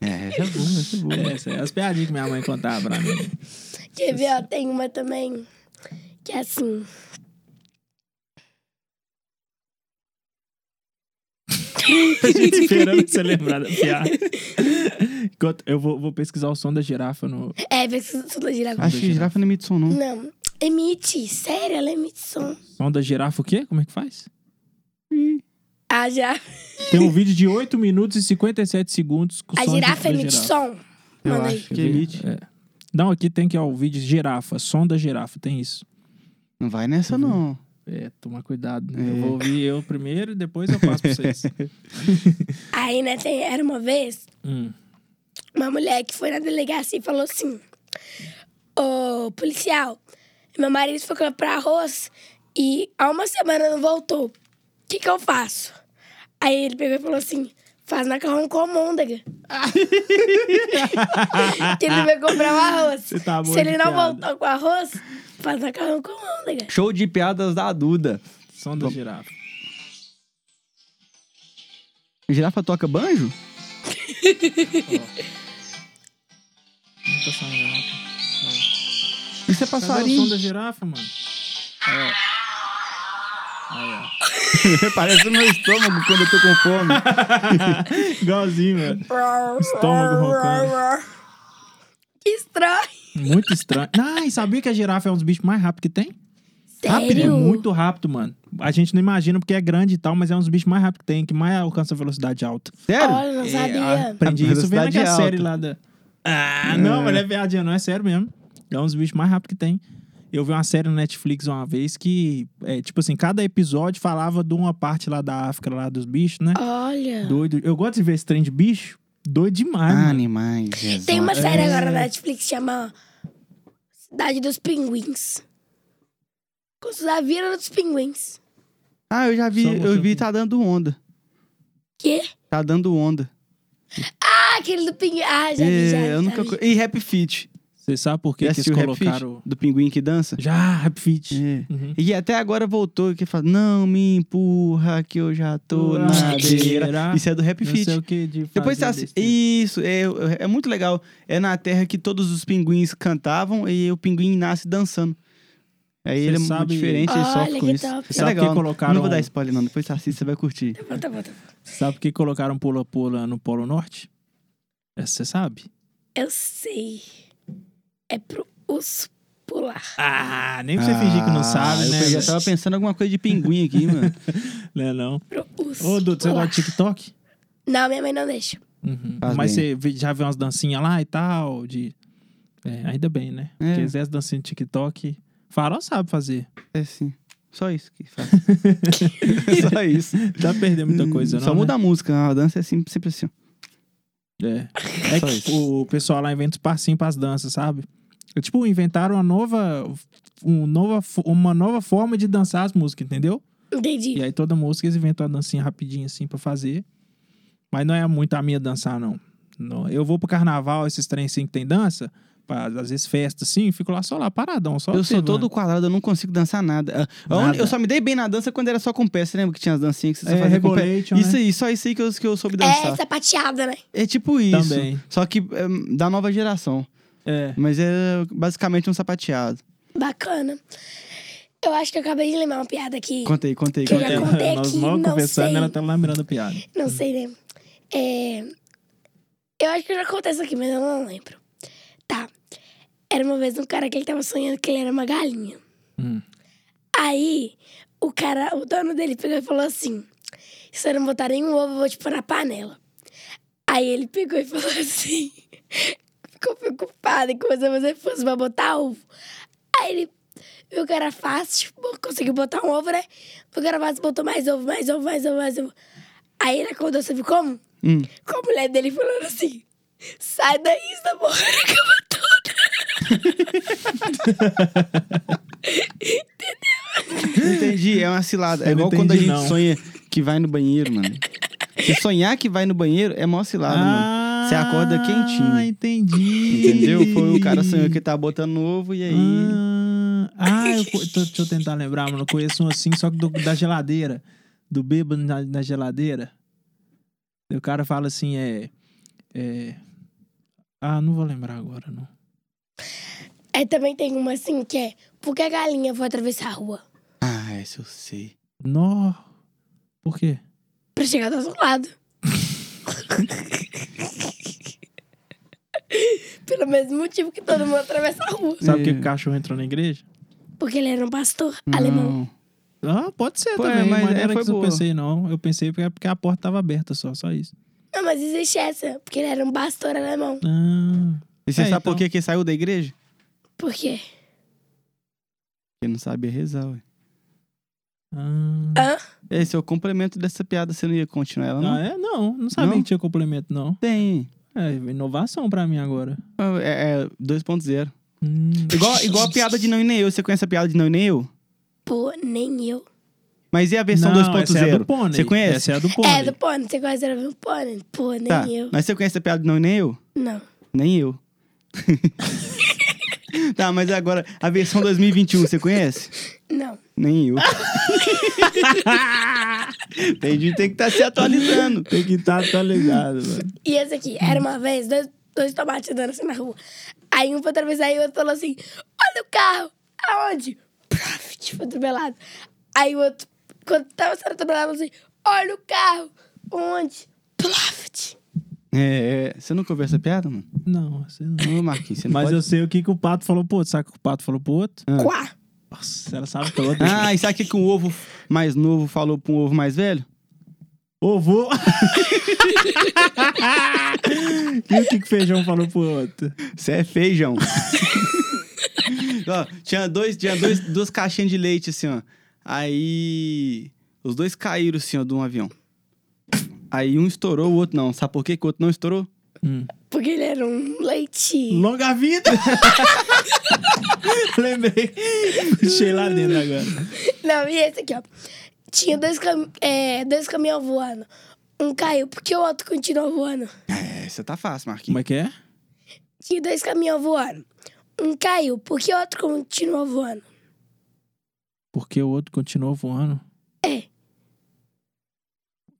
É, essa é boa, essa é boa. É, Essa é as piadinhas que minha mãe contava pra mim. Quer ver, ó, tem uma também que é assim. A gente esperando você lembrar da piada. Enquanto- eu vou, vou pesquisar o som da girafa no. É, precisa da Ah. girafa. Acho que girafa não emite som, não. Não, emite, sério, ela emite som. Som da girafa o quê? Como é que faz? A girafa, Tem um vídeo de 8 minutos e 57 segundos com a som é de- girafa da emite girafa. som. Eu Manda aí. acho Quer que ver? emite. É. Não, aqui tem que ó, o vídeo de girafa, som da girafa, tem isso. Não vai nessa, não. É, toma cuidado, né? Eu vou ouvir eu primeiro e depois eu passo pra vocês. Aí, né, tem, era uma vez Hum. uma mulher que foi na delegacia e falou assim: Ô policial, meu marido foi comprar arroz e há uma semana não voltou. O que, que eu faço? Aí ele pegou e falou assim: faz macarrão com almôndega. que ele veio comprar o arroz. Você tá bom Se ele de não piada. voltou com arroz, faz macarrão com almôndega. Show de piadas da Duda. Som da girafa. Girafa toca banjo? Não tá saindo nada. Isso Cadê o som é passarinho. da girafa, mano? Aí, ó. Parece o meu estômago quando eu tô com fome. Igualzinho, mano. Estômago roncando. Que estranho. Muito estranho. Ai, sabia que a girafa é um dos bichos mais rápidos que tem? Rápido, é Sério? muito rápido, mano. A gente não imagina porque é grande e tal, mas é um dos bichos mais rápidos que tem, que mais alcança velocidade alta. Sério? Olha, não É, sabia. Aprendi isso vendo velocidade é aquela alta. série lá da. Ah, não, mas não é piadinha, não é sério mesmo. É um dos bichos mais rápidos que tem. Eu vi uma série no Netflix uma vez que, é, tipo assim, cada episódio falava de uma parte lá da África, lá dos bichos, né? Olha. Doido. Eu gosto de ver esse trem de bicho. Doido Ah, demais, mano. Animais. Jesus. Tem uma série É. agora na Netflix que chama Cidade dos Pinguins. Contos da vida dos pinguins. Ah, eu já vi, Só você eu vi aqui. tá dando onda. Quê? Tá dando onda. Ah, aquele do pinguim. Ah, já vi, É, já vi. já eu nunca. vi. co- E Rap Fit. Você sabe por que, Já que eles assistiu Rap Fit? colocaram. Do pinguim que dança? Já, Rap Fit. É. Uhum. E até agora voltou que fala: Não me empurra que eu já tô Tô na na beira. beira. Isso é do Rap Não sei Fit. o que de Depois você fazer assi... besteira. Isso, é, é muito legal. É na terra que todos os pinguins cantavam e o pinguim nasce dançando. Aí Você ele é muito sabe- diferente, ele Olha sofre com que isso. top. É Sabe legal. que não- colocaram- Não vou dar spoiler, não. Depois você assiste, você vai curtir. Volta, volta. Sabe por que colocaram pula-pula no Polo Norte? Essa você sabe? Eu sei. É pro urso pular. Ah, nem pra você fingir que não sabe, eu né? Eu já tava pensando em alguma coisa de pinguim aqui, mano. Não é não. Pro urso Ô, Dudu, você pular. gosta de TikTok? Não, minha mãe não deixa. Uhum. Faz Mas bem. você vê- já viu umas dancinhas lá e tal? De... É, ainda bem, né? É. Porque se as dancinhas de TikTok... Farol sabe fazer. É assim. Só isso que faz. Só isso. Já perdeu muita coisa, não? Hum, Só né? muda a música. A dança é sempre, sempre assim. É. Só É que isso. o pessoal lá inventa os passinhos pras danças, sabe? É, Tipo, inventaram uma nova, um nova, fo- uma nova forma de dançar as músicas, entendeu? Entendi. E aí toda música eles inventam uma dancinha rapidinho assim pra fazer. Mas não é muito a minha dançar, não. não. Eu vou pro carnaval, esses trem assim que tem dança, pra, às vezes festa assim, fico lá só lá, paradão, só Eu sou observando. todo quadrado, eu não consigo dançar nada. A- a un- é, Nada. Eu só me dei bem na dança quando era só com pé. Você lembra que tinha as dancinhas que você só É, fazia com pé? Rebolation, Isso né? aí, só isso aí que eu, que eu soube É dançar. sapateada, né? É, tipo isso. Também. Só que é, da nova geração. É. Mas é basicamente um sapateado. Bacana. Eu acho que eu acabei de lembrar uma piada aqui. Contei, contei. Que eu já contei. contei aqui, É, Nós mal não conversando, sei. ela tá lá mirando piada. Não sei, né? É... Eu acho que eu já contei isso aqui, mas eu não lembro. Tá. Era uma vez um cara que ele tava sonhando que ele era uma galinha. Hum. Aí, o cara, o dono dele pegou e falou assim: Se você não botar nenhum ovo, eu vou te pôr na panela. Aí ele pegou e falou assim: Ficou preocupado e começou a fazer força pra botar ovo. Aí ele viu que era fácil, pô, conseguiu botar um ovo, né? Viu que era fácil, botou mais ovo, mais ovo, mais ovo, mais ovo. Aí ele acordou, sabe como? Hum. Com a mulher dele falando assim: Sai daí, você tá morrendo a cama toda. Entendi, é uma cilada. É Eu não igual quando a entendi, gente não. sonha que vai no banheiro, mano. Se sonhar que vai no banheiro é mó cilada, mano. Você acorda Ah, quentinho. entendi. Entendeu? Foi o cara sonhou que tá botando novo e aí. Ah, ah, eu, co- tô- deixa eu tentar lembrar, mano. Eu conheço um assim, só que do- da geladeira. Do bêbado na, na geladeira. E O cara fala assim, é, é... Ah, não vou lembrar agora, não. Aí também tem uma assim que é: Por que a galinha foi atravessar a rua? Ah, esse eu sei. Nó. Por quê? Pra chegar do outro lado. Pelo mesmo motivo que todo mundo atravessa a rua. Sabe por É. que o cachorro entrou na igreja? Porque ele era um pastor Hum. alemão. Ah, pode ser Pô, é, também, mas mas, é, não era foi que eu boa. pensei, não. Eu pensei porque porque a porta tava aberta só, só isso. Não, mas existe essa. Porque ele era um pastor alemão. Ah, E você É, sabe então. por que que ele saiu da igreja? Por quê? Ele não sabia rezar, ué. ah. Hã? Esse é o complemento dessa piada, você não ia continuar ela, não? Ah, é? Não, não sabia Não? que tinha complemento, não. Tem. É inovação pra mim agora. É, é 2.0. Hum. Igual, igual a piada de não e nem eu. Você conhece a piada de não e nem eu? Pô, nem eu. Mas e a versão Não, 2.0? Essa é a do pônei. Você conhece? Essa é a do pônei. É, do pônei. Você quase era um pônei. Pô, nem Tá. eu. Mas você conhece a piada de não e nem eu? Não. Nem eu. tá, mas agora, a versão 2021, você conhece? Não. Nem eu. tem gente que tem que estar se atualizando. Tem que estar atualizado, mano. E esse aqui, era uma vez, dois, dois tomates andando assim na rua. Aí um foi atravessar e o outro falou assim: Olha o carro! Aonde? Praf, tipo, atropelado. Aí o outro, quando tava sendo atropelado, falou assim: Olha o carro! Onde? Plaft! É, é, você nunca ouviu essa piada, mano? Não, assim não. Ô, Marquinhos, você não Mas pode... eu sei o que, que o pato falou pro outro. Sabe o que o pato falou pro outro? Ah. Quá! Nossa, ela sabe todo. Ah, e sabe o que, que um ovo mais novo falou pra um ovo mais velho? Ô, vô. e o que, que o feijão falou pro outro? Você é feijão. ó, tinha dois, tinha dois, duas caixinhas de leite, assim, ó. Aí. Os dois caíram, assim, ó, de um avião. Aí um estourou, o outro não. Sabe por que, que o outro não estourou? Porque ele era um leite. Longa vida! Lembrei. Puxei lá dentro agora. Não, e esse aqui, ó. Tinha dois, cam... é, dois caminhões voando. Um caiu, porque o outro continuou voando. É, você tá fácil, Marquinhos. Como é que é? Tinha dois caminhões voando. Um caiu, porque o outro continuou voando. Porque o outro continuou voando. É.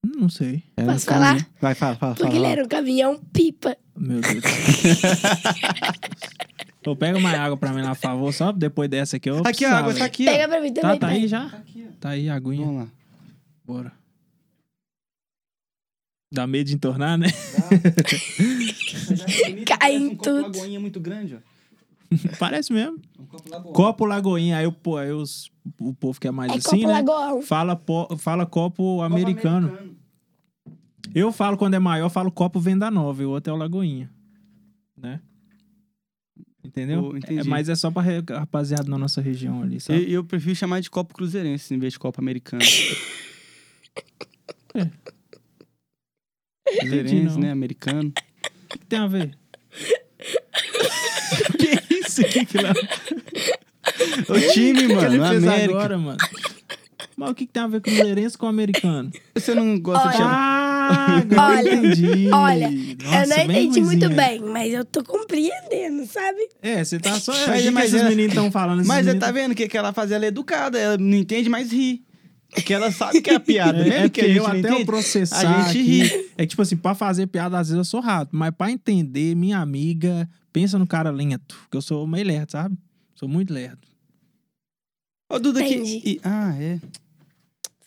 Não sei. É, Posso calma aí. falar? Vai, fala, fala, Porque fala. ele fala. era um caminhão pipa. Meu Deus. Ô, pega uma água pra mim, lá, por favor, só depois dessa aqui. Eu Aqui, a precisava. água tá aqui, Pega ó. pra mim Tá, também. tá pai. aí já? Aqui, ó. Tá aí, a aguinha. Vamos lá. Bora. Dá medo de entornar, né? Cai em tudo. lagoinha muito grande, ó. Parece mesmo. Um copo lagoa. Copo Lagoinha. Aí, o po- aí os, o povo que é mais É assim, Copa né? Lagoa. Fala, po- fala copo americano. Eu falo quando é maior, eu falo copo venda nova. E o outro é o Lagoinha. Né? Entendeu? Oh, entendi. É, mas é só pra re- rapaziada na nossa região ali, E sabe? e eu prefiro chamar de copo cruzeirense em vez de copo americano. Entendi, cruzeirense, É. não. né? Americano. O que tem a ver? que isso? Que que lá- O time, que ele mano. fez América. agora, mano? Mas o que, que tem a ver cruzeirense com americano? Você não gosta de Olha. chamar. Ah, agora Olha, eu entendi. olha, eu não Nossa, bem entendi muito ruinzinho. bem, mas eu tô compreendendo, sabe? É, você tá só. Mas- Mas, mas esses ela- meninos estão falando. esses Mas você meninos- tá vendo o que, que ela faz? Ela é educada, ela não entende, mas ri. Porque ela sabe que é a piada. É, Mesmo é que porque a gente eu não até entende, eu processar. a gente aqui, ri. É que, tipo assim, pra fazer piada, às vezes eu sou rato. Mas pra entender, minha amiga, pensa no cara lento. Porque eu sou meio lerdo, sabe? Sou muito lerdo. Ô, Duda, que... Entendi. e- Ah, é.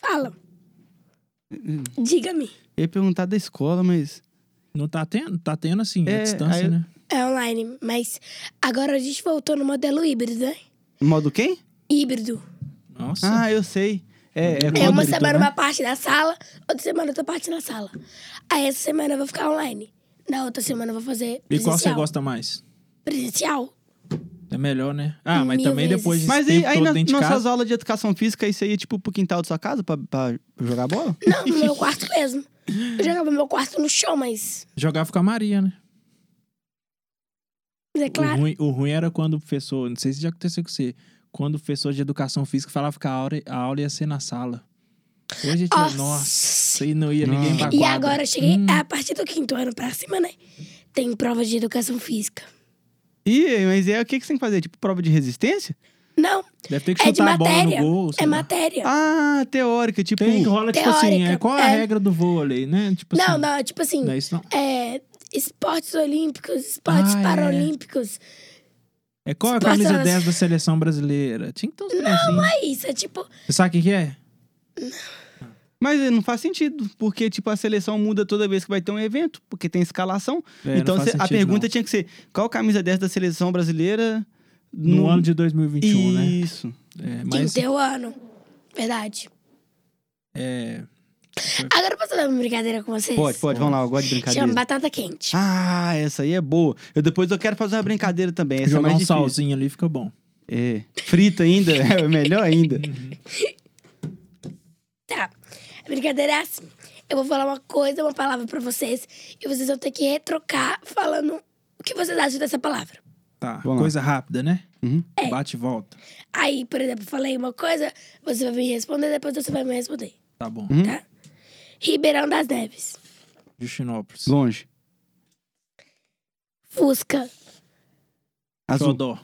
Fala. Hum, Diga-me. Eu ia perguntar da escola, mas... Não tá tendo, tá tendo assim, É, a distância, aí- né? É online, mas agora a gente voltou no modelo híbrido, né? Modo quem? Híbrido. Nossa. Ah, eu sei. É, é, É uma Híbrido, semana né? uma parte da sala, outra semana outra parte da sala. Aí essa semana eu vou ficar online. Na outra semana eu vou fazer e presencial. qual você gosta mais? Presencial. É melhor, né? Ah, mas Mil também vezes. depois de Mas tempo aí, aí todo na, dentro de nossas casa. aulas de educação física, isso aí é tipo pro quintal da sua casa pra, pra jogar bola? Não, no meu quarto mesmo. Eu jogava meu quarto no chão, mas... Jogava com a Maria, né? mas é O claro. ruim, o ruim era quando o professor, não sei se já aconteceu com você, quando o professor de educação física falava que a aula, a aula ia ser na sala. Hoje, tinha, Nossa. nossa, e não ia ninguém pra Nossa. E quadra. agora eu cheguei Hum. a partir do quinto ano pra cima, né? Tem prova de educação física. Ih, mas é o que, que você tem que fazer? Tipo, prova de resistência? Não, Deve ter que é de chutar a bola no matéria. gol. sei é lá. matéria. Ah, teórica, tipo. Tem, rola tipo assim, Teórica, é, qual a é. regra do vôlei, né? Tipo não, assim, não, é tipo assim, não é isso não. é, esportes olímpicos, esportes Ah, é. paralímpicos. É qual a Esporte camisa elas- 10 da seleção brasileira? Tinha que ter uns trem assim. É. isso, é tipo, Você sabe o que que é? Mas eh, não faz sentido, porque, tipo, a seleção muda toda vez que vai ter um evento, porque tem escalação. É, não então faz cê- a sentido, pergunta não. tinha que ser: qual camisa 10 da seleção brasileira No, ano de 2021, né? Isso. É, Mas... mas teu ano. Verdade. é, Agora eu posso dar uma brincadeira com vocês? Pode, pode, vamos lá, eu gosto de Chama brincadeira. batata quente. Ah, essa aí é boa. Eu depois eu quero fazer uma brincadeira também. Essa é jogar mais um difícil. salzinho ali fica bom. É. Frita ainda, é melhor ainda. Tá. A brincadeira é assim. Eu vou falar uma coisa, uma palavra pra vocês, e vocês vão ter que retrocar falando o que vocês acham dessa palavra. Tá, Vamos lá. coisa rápida, né? Uhum. É. Bate e volta. Aí, por exemplo, falei uma coisa, você vai me responder, depois você vai me responder, Tá bom. Hum. tá? Ribeirão das Neves. Justinópolis. Longe. Fusca. Azul. Xodó.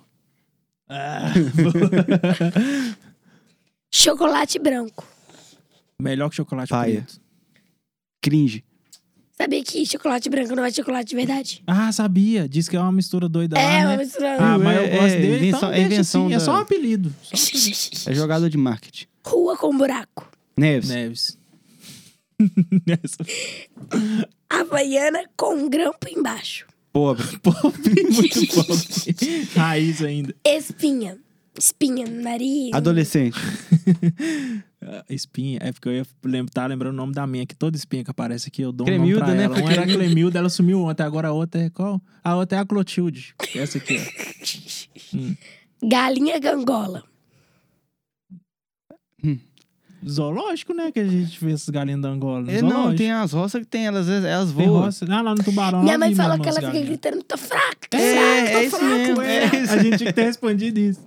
Ah, Chocolate branco. Melhor que chocolate Paia. preto. Cringe. Sabia que chocolate branco não é chocolate de verdade? Ah, sabia. Diz que é uma mistura doida lá, é, né? uma mistura. Ah, mas eu É, gosto é, dele, invenção- então é deixa invenção assim, É da- só um apelido. Só É jogada de marketing. Rua com buraco. Neves. Neves. Essa Havaiana com um grampo embaixo. Pobre. pobre, muito pobre. Raiz ainda. Espinha. Espinha no nariz. Adolescente. Ah, Espinha, é porque eu ia lem- tá lembrando o nome da minha, que toda espinha que aparece aqui eu dou um Cremilda, nome pra né? ela. Foi Uma era Cremilda. Clemilda, ela sumiu ontem, agora a outra é qual? A outra é a Clotilde. Essa aqui, ó. Galinha gangola. Zoológico, né? Que a gente vê esses galinhas da Angola. É, Zoológico. não, tem as roças que tem, elas, elas Tem voam. roça. Ah, lá no Tubarão. Minha lá mãe vi fala mesmo que ela as fica né? galinhas. gritando: tô fraca, tô É, fraca, tô é isso fraca. mesmo. Ué, É isso. a gente tinha que ter respondido isso.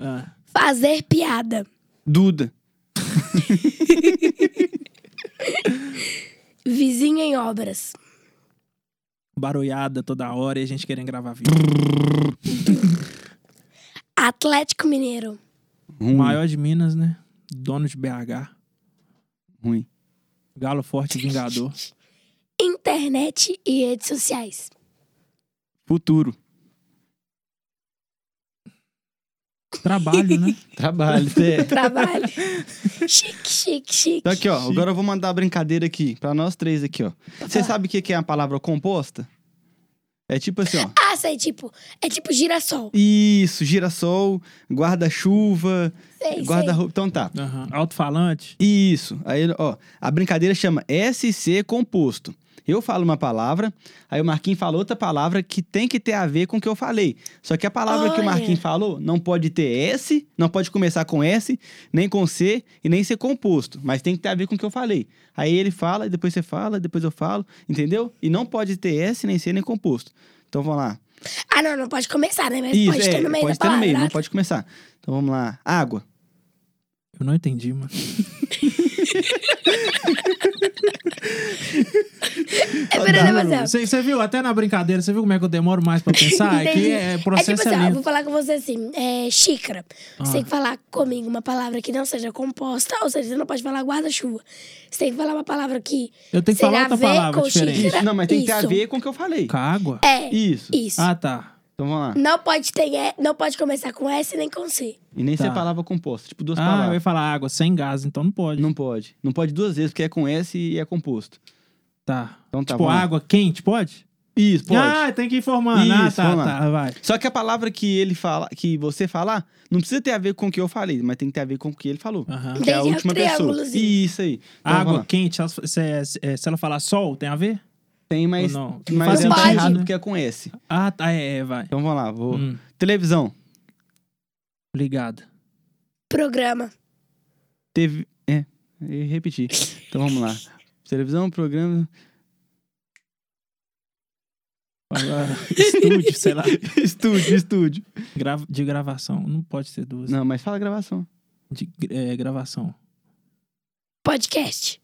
Ah, Fazer piada. Duda. Vizinha em obras. barulhada toda hora e a gente querendo gravar vídeo. Atlético Mineiro. Ruim. Maior de Minas, né? Dono de BH. Ruim. Galo Forte e Vingador. Internet e redes sociais. Futuro. Trabalho, né? Trabalho. É. Trabalho. chique, chique, chique. Então aqui, ó. Agora eu vou mandar a brincadeira aqui, pra nós três aqui, ó. Você sabe o que que é a palavra composta? É tipo assim, ó. Ah, sei, tipo. É tipo girassol. Isso, girassol, guarda-chuva, Sei, sei. guarda-roupa. Então tá. Aham. Alto-falante. Isso. Aí, ó, a brincadeira chama SC composto. Eu falo uma palavra, aí o Marquinhos fala outra palavra que tem que ter a ver com o que eu falei. Só que a palavra que o Olha. Marquinhos falou não pode ter S, não pode começar com S, nem com C e nem ser composto, mas tem que ter a ver com o que eu falei. Aí ele fala, e depois você fala, depois eu falo, entendeu? E não pode ter S, nem C, nem composto. Então vamos lá. Ah, não, não pode começar, né? Mas Isso, pode é, ter no meio pode da ter no meio, não palavra. pode começar. Então vamos lá. Água. Eu não entendi, mano. É verdade, mas é. Você viu até na brincadeira, você viu como é que eu demoro mais pra pensar? É Entendi. que é processo é tipo assim, ó, é eu lento. vou falar com você assim, é xícara. Ah. Você tem que falar comigo uma palavra que não seja composta, ou seja, você não pode falar guarda-chuva. Você tem que falar uma palavra que Eu tenho que seja falar a outra ver palavra com diferente. xícara. Não, mas tem que ter a Isso. ver com o que eu falei. Com a água? É, Isso. isso. Ah, tá. Então vamos lá. Não pode ter, é, não pode começar com S nem com C. E nem Tá. ser palavra composta. Tipo, duas Ah, eu ia palavras. falar água sem gás, então não pode. Não pode. Não pode duas vezes, porque é com S e é composto. Tá. Então tá, tipo, vamos lá. água quente, pode? Isso, pode. Ah, tem que ir formando. ah, Isso, tá, vamos lá. tá, vai. Só que a palavra que ele fala, que você falar, não precisa ter a ver com o que eu falei, mas tem que ter a ver com o que ele falou. Aham. Que é Entendi, a é um última pessoa. triângulozinho. Isso aí. Então, vamos água lá. quente, se, se- se- se ela falar sol, tem a ver? Tem, mas, Ou não? Não mas faz é tá sentido, errado né? porque é com S. Ah, tá, é, é, vai. Então vamos lá, vou. Hum, Televisão. ligado. Programa. TV. É, eu repeti. Então vamos lá. Televisão, programa. Agora, Estúdio, sei lá. estúdio, estúdio. Grava- de gravação. Não pode ser duas. Não, mas fala gravação. De é, gravação. Podcast.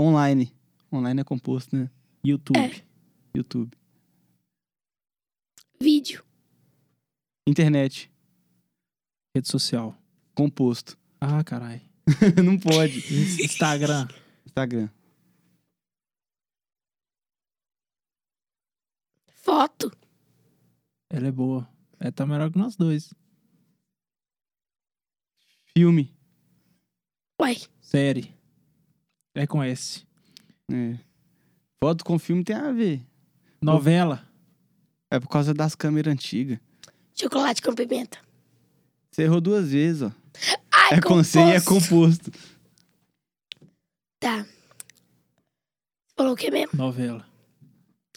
Online. Online é composto, né? YouTube. YouTube. Vídeo. Internet. Rede social. Composto. Ah, caralho. não pode. Ins- Instagram. Instagram. Foto. Ela é boa. Ela tá melhor que nós dois. Filme. Uai. Série. É com S. É. Foto com filme tem a ver. Novela. É por causa das câmeras antigas. Chocolate com pimenta. Você errou duas vezes, ó. Ai, é com C e é composto. composto. Tá. Falou o que mesmo? Novela.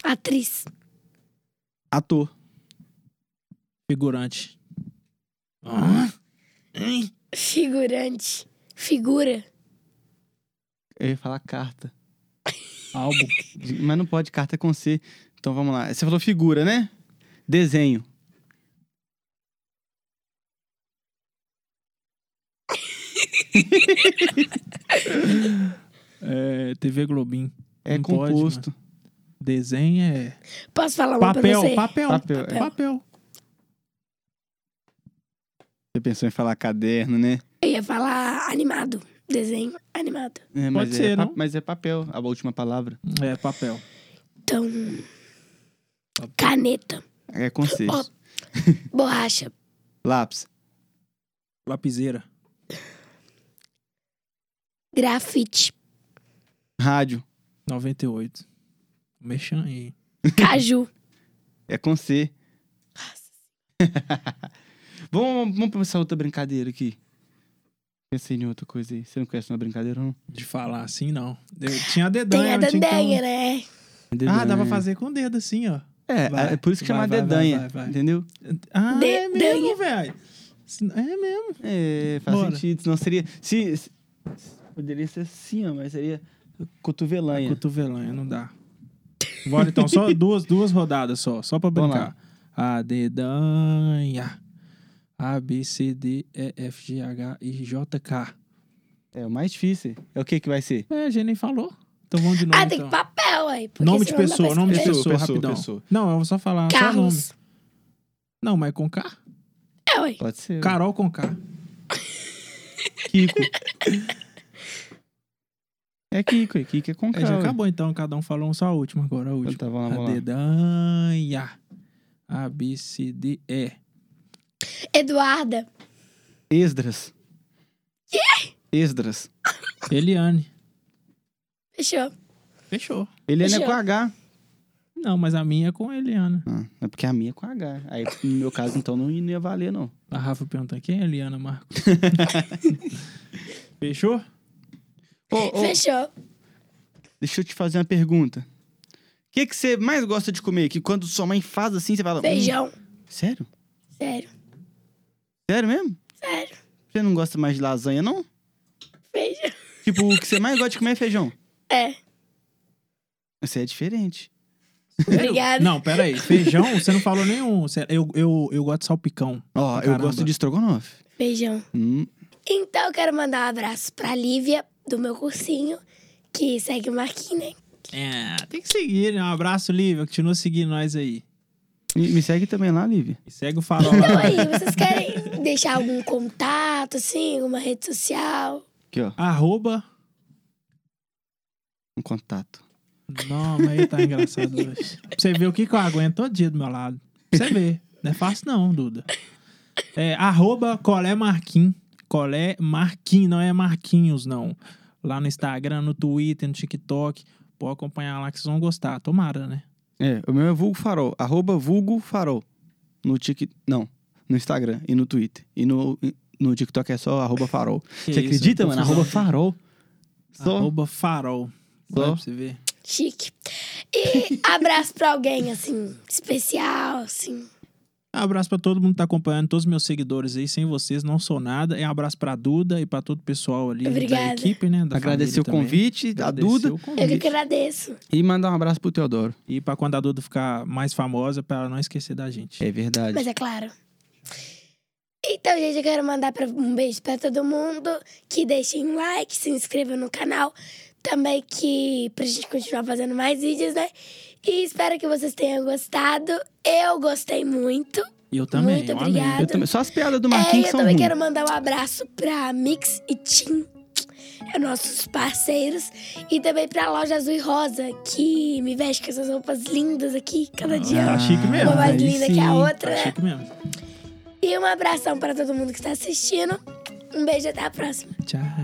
Atriz. Ator. Figurante. Ah, hein? Figurante. Figura. Eu ia falar carta. Álbum. Mas não pode, carta é com C. Então vamos lá. Você falou figura, né? Desenho. É, TV Globinho. É Não pode, composto. Desenho é. Posso falar uma pra é. Papel, você? papel. Papel, é. Papel. Você pensou em falar caderno, né? Eu ia falar animado. Desenho animado. É, Pode mas é ser, pa- não? Mas é papel, a última palavra. É, papel. Então. Caneta. É com C. Ó. Borracha. Lápis. Lapiseira. Grafite. Rádio. 98. Mexam aí. Caju. É com C. vamos, vamos começar outra brincadeira aqui. Pensei em outra coisa aí. Você não conhece uma brincadeira, não? De falar assim, não. Eu tinha a dedanha. Tem a eu tinha que ter um- dandenha, né? Ah, dá pra fazer com o dedo assim, ó. É, Vai, é por isso que vai, chama vai, vai, dedanha, vai, vai. entendeu? Ah, é Dedanha. mesmo, velho. É mesmo. É, faz Bora. sentido. Senão seria... Se, se- poderia ser assim, ó, mas seria cotovelanha. É, Cotovelanha, não dá. Bora então, só duas, duas rodadas só, só pra Vamos brincar. A dedanha. A, B, C, D, E, F, G, H, I, J, K. É o mais difícil. É o que que vai ser? É, a gente nem falou. Então vamos de novo. Ah, tem então. que papel aí. porque Nome de senão não dá pra pessoa, nome de escrever. pessoa, escrever. Pessoa, rapidão. pessoa, pessoa. Não, eu vou só falar só nome. Carros. Não, mas com K? É, ué. Pode ser. Carol com K. Kiko. é Kiko, é Kiko é com É, já K, ué. acabou então, cada um falou um só a última agora, a Então última. tá, vamos lá, a vamos lá. dedanha. A, B, C, D, E. Eduarda. Esdras. Esdras. Eliane. Fechou. Fechou. Eliane é Fechou. com H. Não, mas a minha é com a Eliana. Ah, é porque a minha é com H. Aí, no meu caso, então, não ia valer, não. A Rafa perguntando quem é Eliana, Marco? Fechou? Ô, ô, Fechou. deixa eu te fazer uma pergunta. O que, que você mais gosta de comer? Que quando sua mãe faz assim, você fala... "Hum, Feijão. sério? Sério. Sério mesmo? Sério. Você não gosta mais de lasanha, não? Feijão. Tipo, o que você mais gosta de comer é feijão. É. Você é diferente. Obrigada. Não, peraí. Feijão, você não falou nenhum. Você- Eu, eu, eu gosto de salpicão. Ó, eu Caramba. gosto de estrogonofe. Feijão. Hum, Então, eu quero mandar um abraço pra Lívia, do meu cursinho, que segue o Marquinhos, né? É, tem que seguir, né? Um abraço, Lívia. Continua seguindo nós aí. Me, me segue também lá, Lívia. E segue o farol Então, lá. aí, vocês querem deixar algum contato, assim, alguma rede social? Aqui, ó. Arroba. Um contato. Não, mas aí tá engraçado hoje. Pra você ver o que, que eu aguento todo dia do meu lado. Pra você ver. Não é fácil, não, Duda. É, arroba Colé Marquinhos. Colé Marquinhos, não é Marquinhos, não. Lá no Instagram, no Twitter, no TikTok. Pode acompanhar lá que vocês vão gostar. Tomara, né? É, o meu é vulgo farol. Arroba vulgo farol. No TikTok... Não. No Instagram e no Twitter. E no, no TikTok é só arroba farol. Que você isso, acredita, mano? confusão. Arroba farol. Só... Arroba farol. Só. Só. Pra você ver. Chique. E abraço pra alguém, assim, especial, assim. Um abraço pra todo mundo que tá acompanhando, todos os meus seguidores aí. Sem vocês, não sou nada. É um abraço pra Duda e pra todo o pessoal ali da Obrigada. equipe, né? Da Agradecer o família também. convite da Agradecer Duda. o Eu que convite. agradeço. E mandar um abraço pro Teodoro. E pra quando a Duda ficar mais famosa, pra ela não esquecer da gente. É verdade. Mas é claro. Então, gente, eu quero mandar pra- um beijo pra todo mundo. Que deixem um like, se inscrevam no canal. Também que pra gente continuar fazendo mais vídeos, né? E espero que vocês tenham gostado. Eu gostei muito. E eu também. Muito eu obrigada. amei. Eu também- Só as piadas do É, Marquinhos e eu são também ruins. quero mandar um abraço pra Mix e Tim, que é nossos parceiros. E também pra Loja Azul e Rosa, que me veste com essas roupas lindas aqui cada dia. Tá chique mesmo. Uma mais Aí linda que a sim, outra, Tá né? chique mesmo. E um abração pra todo mundo que tá assistindo. Um beijo até a próxima. Tchau.